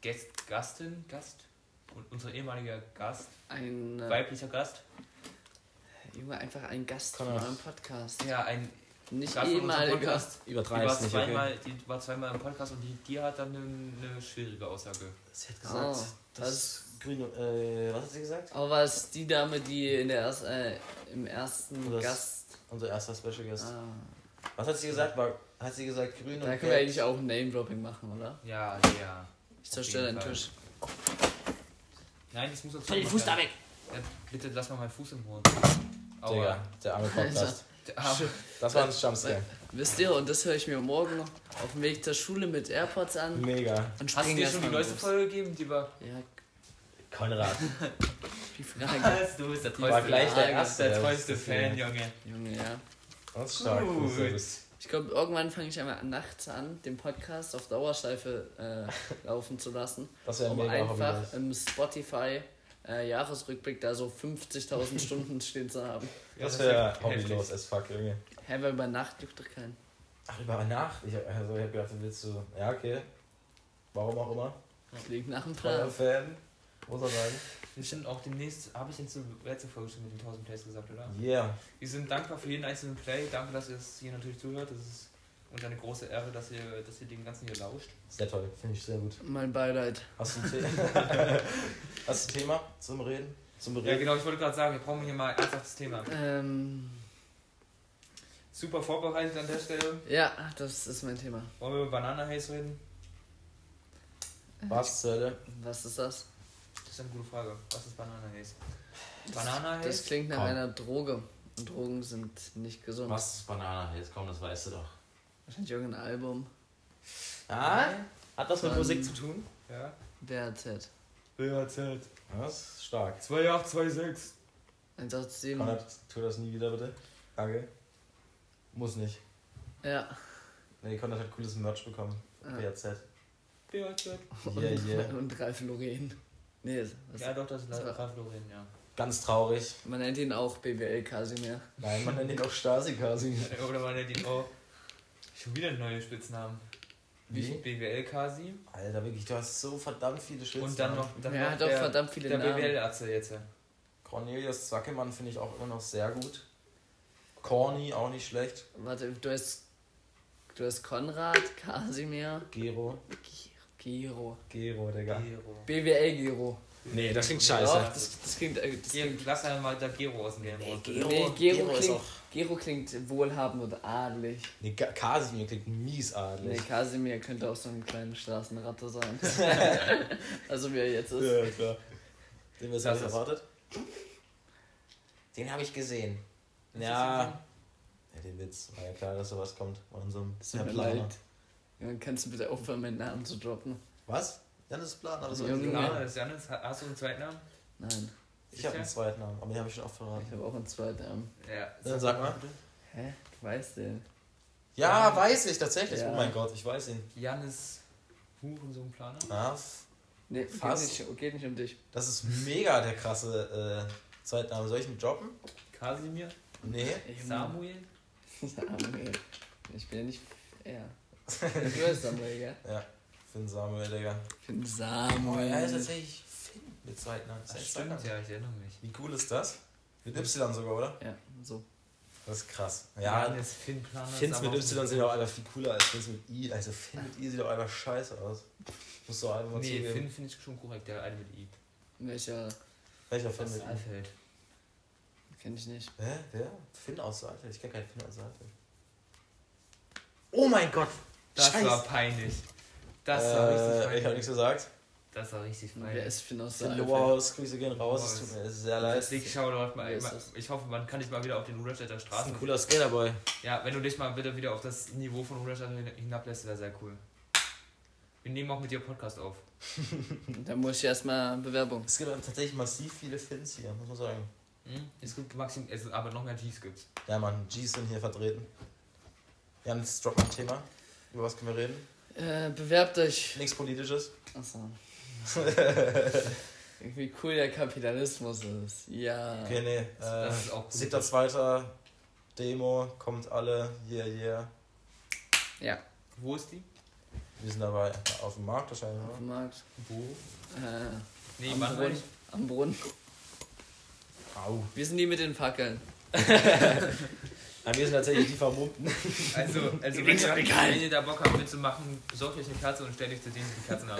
[SPEAKER 3] Gäst, Gastin, Gast? Und unser ehemaliger Gast,
[SPEAKER 1] Ein äh,
[SPEAKER 3] weiblicher Gast?
[SPEAKER 1] Junge, einfach ein Gast
[SPEAKER 2] Kann
[SPEAKER 1] von
[SPEAKER 2] das-
[SPEAKER 1] eurem Podcast.
[SPEAKER 3] Ja, ein
[SPEAKER 1] Nicht
[SPEAKER 3] Gast von unserem
[SPEAKER 1] ehemaliger.
[SPEAKER 3] Podcast.
[SPEAKER 2] Über
[SPEAKER 3] Die war,
[SPEAKER 2] 30 nicht, okay.
[SPEAKER 3] zweimal, die war zweimal im Podcast und die, die hat dann eine, eine schwierige Aussage.
[SPEAKER 2] Sie hat gesagt,
[SPEAKER 1] Oh,
[SPEAKER 2] das Grün, äh, was hat sie gesagt?
[SPEAKER 1] Aber war es die Dame, die in der erst, äh, im ersten
[SPEAKER 2] Das-
[SPEAKER 1] Gast.
[SPEAKER 2] Unser erster Special Guest.
[SPEAKER 1] Ah,
[SPEAKER 2] Was hat sie gesagt? War, hat sie gesagt Grün
[SPEAKER 1] da
[SPEAKER 2] und
[SPEAKER 1] können wir
[SPEAKER 2] Gelb?
[SPEAKER 1] eigentlich auch ein Name-Dropping machen, oder?
[SPEAKER 3] Ja, ja.
[SPEAKER 1] Ich zerstöre
[SPEAKER 3] jeden
[SPEAKER 1] deinen
[SPEAKER 3] Fall. Halt
[SPEAKER 1] Tisch.
[SPEAKER 3] Nein, das muss jetzt.
[SPEAKER 2] Stell Halt den Fuß da weg!
[SPEAKER 3] Äh, Ja, bitte lass mal meinen Fuß im Äh, Mund.
[SPEAKER 2] Digga, der arme Podcast.
[SPEAKER 3] Alter.
[SPEAKER 2] Das war ein Jumpscare.
[SPEAKER 1] Wisst ihr, und das höre ich mir morgen auf dem Weg zur Schule mit AirPods an
[SPEAKER 2] Mega.
[SPEAKER 1] und
[SPEAKER 3] Hast du
[SPEAKER 1] springe
[SPEAKER 3] dir schon die
[SPEAKER 1] erstmal
[SPEAKER 3] neueste
[SPEAKER 1] los.
[SPEAKER 3] Folge gegeben? Die war.
[SPEAKER 1] Ja,
[SPEAKER 2] Konrad.
[SPEAKER 1] die Frage.
[SPEAKER 3] Was? Du bist der
[SPEAKER 2] War
[SPEAKER 3] treueste,
[SPEAKER 2] gleich der
[SPEAKER 1] Frage.
[SPEAKER 2] erste.
[SPEAKER 3] der treueste Fan,
[SPEAKER 2] ja.
[SPEAKER 3] Junge.
[SPEAKER 1] Junge, ja.
[SPEAKER 2] Das ist stark.
[SPEAKER 3] Gut.
[SPEAKER 2] Das ist-
[SPEAKER 1] Ich glaube, irgendwann fange ich einmal nachts an, den Podcast auf Dauerschleife äh, laufen zu lassen.
[SPEAKER 2] Das wäre ein
[SPEAKER 1] um
[SPEAKER 2] mega Hobby.
[SPEAKER 1] einfach
[SPEAKER 2] das.
[SPEAKER 1] im Spotify äh, Jahresrückblick da so 50.000 Stunden stehen zu haben.
[SPEAKER 2] Das
[SPEAKER 3] wär
[SPEAKER 2] wäre hobbylos as fuck, Junge.
[SPEAKER 1] Hä, weil über Nacht juckt doch keinen.
[SPEAKER 2] Ach, über nach? Ich hab, also, ich hab gedacht, du willst so. Ja, okay. Warum auch immer.
[SPEAKER 1] Das liegt nach dem
[SPEAKER 2] Voller
[SPEAKER 1] Plan.
[SPEAKER 2] Fan. Muss er sagen.
[SPEAKER 3] Bestimmt auch demnächst, habe ich in der letzten Folge schon mit den 1000 Plays gesagt, oder?
[SPEAKER 2] Yeah.
[SPEAKER 3] Wir sind dankbar für jeden einzelnen Play. Danke, dass ihr es hier natürlich zuhört. Das ist uns eine große Ehre, dass ihr, dass ihr den ganzen hier lauscht.
[SPEAKER 2] Sehr toll. Finde ich sehr gut.
[SPEAKER 1] Mein Beileid.
[SPEAKER 2] Hast du ein, The Hast du ein Thema zum Reden? Zum
[SPEAKER 3] Ja,
[SPEAKER 2] Bereden?
[SPEAKER 3] genau, ich wollte gerade sagen, wir brauchen hier mal ein ernsthaftes Thema.
[SPEAKER 1] Ähm,
[SPEAKER 3] Super vorbereitet an der Stelle.
[SPEAKER 1] ja, das ist mein Thema.
[SPEAKER 3] Wollen wir über Bananenhaze reden?
[SPEAKER 2] Was zur Hölle?
[SPEAKER 1] Was ist das?
[SPEAKER 3] Das ist eine gute Frage. Was ist Bananenhaze?
[SPEAKER 1] Das
[SPEAKER 3] Bananenhaze?
[SPEAKER 1] klingt nach
[SPEAKER 2] Komm.
[SPEAKER 1] einer Droge. Und Drogen sind nicht gesund.
[SPEAKER 2] Was ist Banana? Jetzt komm, das weißt du doch.
[SPEAKER 1] Wahrscheinlich irgendein Album.
[SPEAKER 2] Ah? Hat das mit
[SPEAKER 3] Ähm,
[SPEAKER 1] Dann-
[SPEAKER 2] Musik zu tun?
[SPEAKER 3] Ja.
[SPEAKER 1] BRZ.
[SPEAKER 3] BHZ.
[SPEAKER 2] Das ist stark.
[SPEAKER 3] 2826. Genau.
[SPEAKER 1] 187.
[SPEAKER 2] Konrad, tu das nie wieder, bitte. Danke. Muss nicht.
[SPEAKER 1] Ja.
[SPEAKER 2] Nee, Konrad hat cooles Merch bekommen.
[SPEAKER 1] Ah.
[SPEAKER 2] BAZ.
[SPEAKER 3] BHZ.
[SPEAKER 1] Und,
[SPEAKER 2] Yeah, yeah.
[SPEAKER 1] und Ralf Loren. Nee, was,
[SPEAKER 3] Ja, doch, das ist
[SPEAKER 1] Das war-
[SPEAKER 3] Ralf Loren, ja.
[SPEAKER 2] Ganz traurig.
[SPEAKER 1] man nennt ihn auch BWL Casimir.
[SPEAKER 2] Nein, man nennt ihn auch Stasi-Kasi.
[SPEAKER 3] Oder war der die Oh. Schon wieder neue Spitznamen. Wie?
[SPEAKER 2] Wie?
[SPEAKER 3] BWL-Kasi.
[SPEAKER 2] Alter, wirklich, du hast so verdammt viele Schützen.
[SPEAKER 3] Und dann noch. Dann
[SPEAKER 1] Er
[SPEAKER 3] noch
[SPEAKER 1] hat auch
[SPEAKER 3] der-
[SPEAKER 1] verdammt viele
[SPEAKER 3] Der
[SPEAKER 1] Namen.
[SPEAKER 3] BWL-Atze jetzt.
[SPEAKER 2] Cornelius Zackemann finde ich auch immer noch sehr gut. Corny, auch nicht schlecht.
[SPEAKER 1] Warte, du hast, du hast Konrad, Casimir,
[SPEAKER 2] Gero.
[SPEAKER 1] Giro.
[SPEAKER 2] Gero, Digga.
[SPEAKER 3] Gero.
[SPEAKER 1] BWL Giro.
[SPEAKER 2] Nee, das klingt
[SPEAKER 1] Doch, das, das klingt. äh, Das
[SPEAKER 3] Gero,
[SPEAKER 1] klingt
[SPEAKER 3] lass einmal da Gero aus dem Game raus.
[SPEAKER 1] Gero,
[SPEAKER 2] Gero
[SPEAKER 1] nee, Gero,
[SPEAKER 2] ist
[SPEAKER 1] klingt,
[SPEAKER 2] auch-
[SPEAKER 1] Gero klingt wohlhabend und adelig.
[SPEAKER 2] Nee, Ka- Kasimir klingt mies
[SPEAKER 1] Nee,
[SPEAKER 2] adelig.
[SPEAKER 1] Kasimir könnte auch so eine kleine Straßenratte sein. also wie er jetzt ist.
[SPEAKER 2] Ja, klar. Den wir
[SPEAKER 3] Das
[SPEAKER 2] selbst
[SPEAKER 3] ist-
[SPEAKER 2] erwartet. Den habe ich gesehen.
[SPEAKER 3] Das ist
[SPEAKER 2] ja. ja. Den Witz. War ja klar, dass sowas kommt. War in so einem
[SPEAKER 1] Tut mir
[SPEAKER 2] Planer.
[SPEAKER 1] leid. Ja, kannst du bitte aufhören, meinen Namen zu droppen?
[SPEAKER 2] Was? Janis Planer, das war
[SPEAKER 1] Junge.
[SPEAKER 2] Planer.
[SPEAKER 3] Name ist Janis. Ha- Hast du einen zweiten Namen?
[SPEAKER 1] Nein,
[SPEAKER 2] Ich habe einen
[SPEAKER 3] Sicher?
[SPEAKER 2] zweiten Namen, aber den habe ich schon oft
[SPEAKER 1] ich
[SPEAKER 2] verraten.
[SPEAKER 1] habe auch einen zweiten Namen.
[SPEAKER 3] Ja.
[SPEAKER 2] Dann sag mal.
[SPEAKER 3] bitte.
[SPEAKER 1] Hä? Du weißt den.
[SPEAKER 2] Ja, weiß ich tatsächlich.
[SPEAKER 1] Ja.
[SPEAKER 2] Oh mein Gott, ich weiß ihn.
[SPEAKER 3] Janis Hurensohn-Planer.
[SPEAKER 2] Ah, f-
[SPEAKER 1] Nee, geht
[SPEAKER 2] Fast.
[SPEAKER 1] nicht, geht nicht um dich.
[SPEAKER 2] das ist mega der krasse äh, Zweitname. Soll ich ihn droppen?
[SPEAKER 3] Kasimir.
[SPEAKER 2] Nee.
[SPEAKER 3] Samuel.
[SPEAKER 1] Samuel. Ich bin ja nicht. Ja. Du weißt Samuel, gell?
[SPEAKER 2] Ja, Finn Samuel, Digga.
[SPEAKER 1] Ich bin
[SPEAKER 2] Oh, er
[SPEAKER 1] Samuel.
[SPEAKER 2] ist tatsächlich Finn mit Zweitnamen. Das
[SPEAKER 3] Das
[SPEAKER 2] ist
[SPEAKER 3] stimmt,
[SPEAKER 2] ein Zweitname.
[SPEAKER 3] ja, ich erinnere mich.
[SPEAKER 2] Wie cool ist das? Mit Y sogar, oder?
[SPEAKER 1] ja, so.
[SPEAKER 2] Das ist krass. Ja,
[SPEAKER 3] Janis Finn-Planer.
[SPEAKER 2] Finns mit Y sehen auch einfach viel cooler als Finns mit I. Also Finn mit I sieht auch einfach scheiße aus. Muss doch einfach mal
[SPEAKER 3] Nee,
[SPEAKER 2] zugeben.
[SPEAKER 3] Finn finde ich schon korrekt, der eine mit I.
[SPEAKER 1] Welcher?
[SPEAKER 2] Welcher Finn
[SPEAKER 3] Aus
[SPEAKER 2] mit I?
[SPEAKER 3] Alfeld.
[SPEAKER 1] Kenn ich nicht.
[SPEAKER 2] Hä? Wer? Finn aus Saalfeld? Ich kenne keinen Finn aus Saalfeld. Oh mein Gott!
[SPEAKER 3] Das
[SPEAKER 2] Scheiße.
[SPEAKER 3] war peinlich. Das war richtig
[SPEAKER 2] äh,
[SPEAKER 3] peinlich.
[SPEAKER 2] ich habe nichts gesagt.
[SPEAKER 3] Das war richtig
[SPEAKER 1] Wer
[SPEAKER 3] peinlich.
[SPEAKER 1] ist Finn aus
[SPEAKER 2] Finn
[SPEAKER 1] Saalfeld?
[SPEAKER 2] Lowerhaus, Grüße gehen raus. Es tut mir sehr leid.
[SPEAKER 3] Das Ding, schau doch mal,
[SPEAKER 1] Wer ist
[SPEAKER 3] mal-
[SPEAKER 1] das?
[SPEAKER 3] ich hoffe, man kann dich mal wieder auf den Rudolstädter
[SPEAKER 2] Das ist
[SPEAKER 3] Straßen.
[SPEAKER 2] ein cooler Skaterboy.
[SPEAKER 3] Ja, wenn du dich mal bitte wieder auf das Niveau von Rudolstädter hin- hinablässt, wäre sehr cool. Wir nehmen auch mit dir Podcast auf.
[SPEAKER 1] Da muss ich erstmal Bewerbung.
[SPEAKER 2] Es gibt tatsächlich massiv viele Finns hier, muss man sagen.
[SPEAKER 3] Hm? Es gibt maxim, es, aber noch mehr Gs gibt's.
[SPEAKER 2] Ja, Mann, G's sind hier vertreten. Wir haben jetzt drop mal ein Thema. Über was können wir reden?
[SPEAKER 1] Äh, bewerbt euch.
[SPEAKER 2] Nichts Politisches.
[SPEAKER 1] Achso. Wie cool der Kapitalismus ist. Ja.
[SPEAKER 2] Okay, nee. Äh,
[SPEAKER 3] Das ist auch cool.
[SPEAKER 2] Siebter, zweiter Demo, kommt alle, yeah, yeah.
[SPEAKER 1] Ja,
[SPEAKER 3] Wo ist die?
[SPEAKER 2] Wir sind dabei auf dem Markt wahrscheinlich,
[SPEAKER 1] auf
[SPEAKER 2] oder?
[SPEAKER 1] dem Markt.
[SPEAKER 3] Wo?
[SPEAKER 1] Äh,
[SPEAKER 3] Nee,
[SPEAKER 1] am,
[SPEAKER 3] Mannheim.
[SPEAKER 1] Brunnen, am Brunnen.
[SPEAKER 2] Au.
[SPEAKER 1] Wir sind die mit den Fackeln.
[SPEAKER 2] Ja, wir sind tatsächlich die Vermummten.
[SPEAKER 3] Also, also wenn, ihr, wenn ihr da Bock habt mitzumachen, besorgt euch eine Kerze und stellt euch zu denen die Kerzen ab.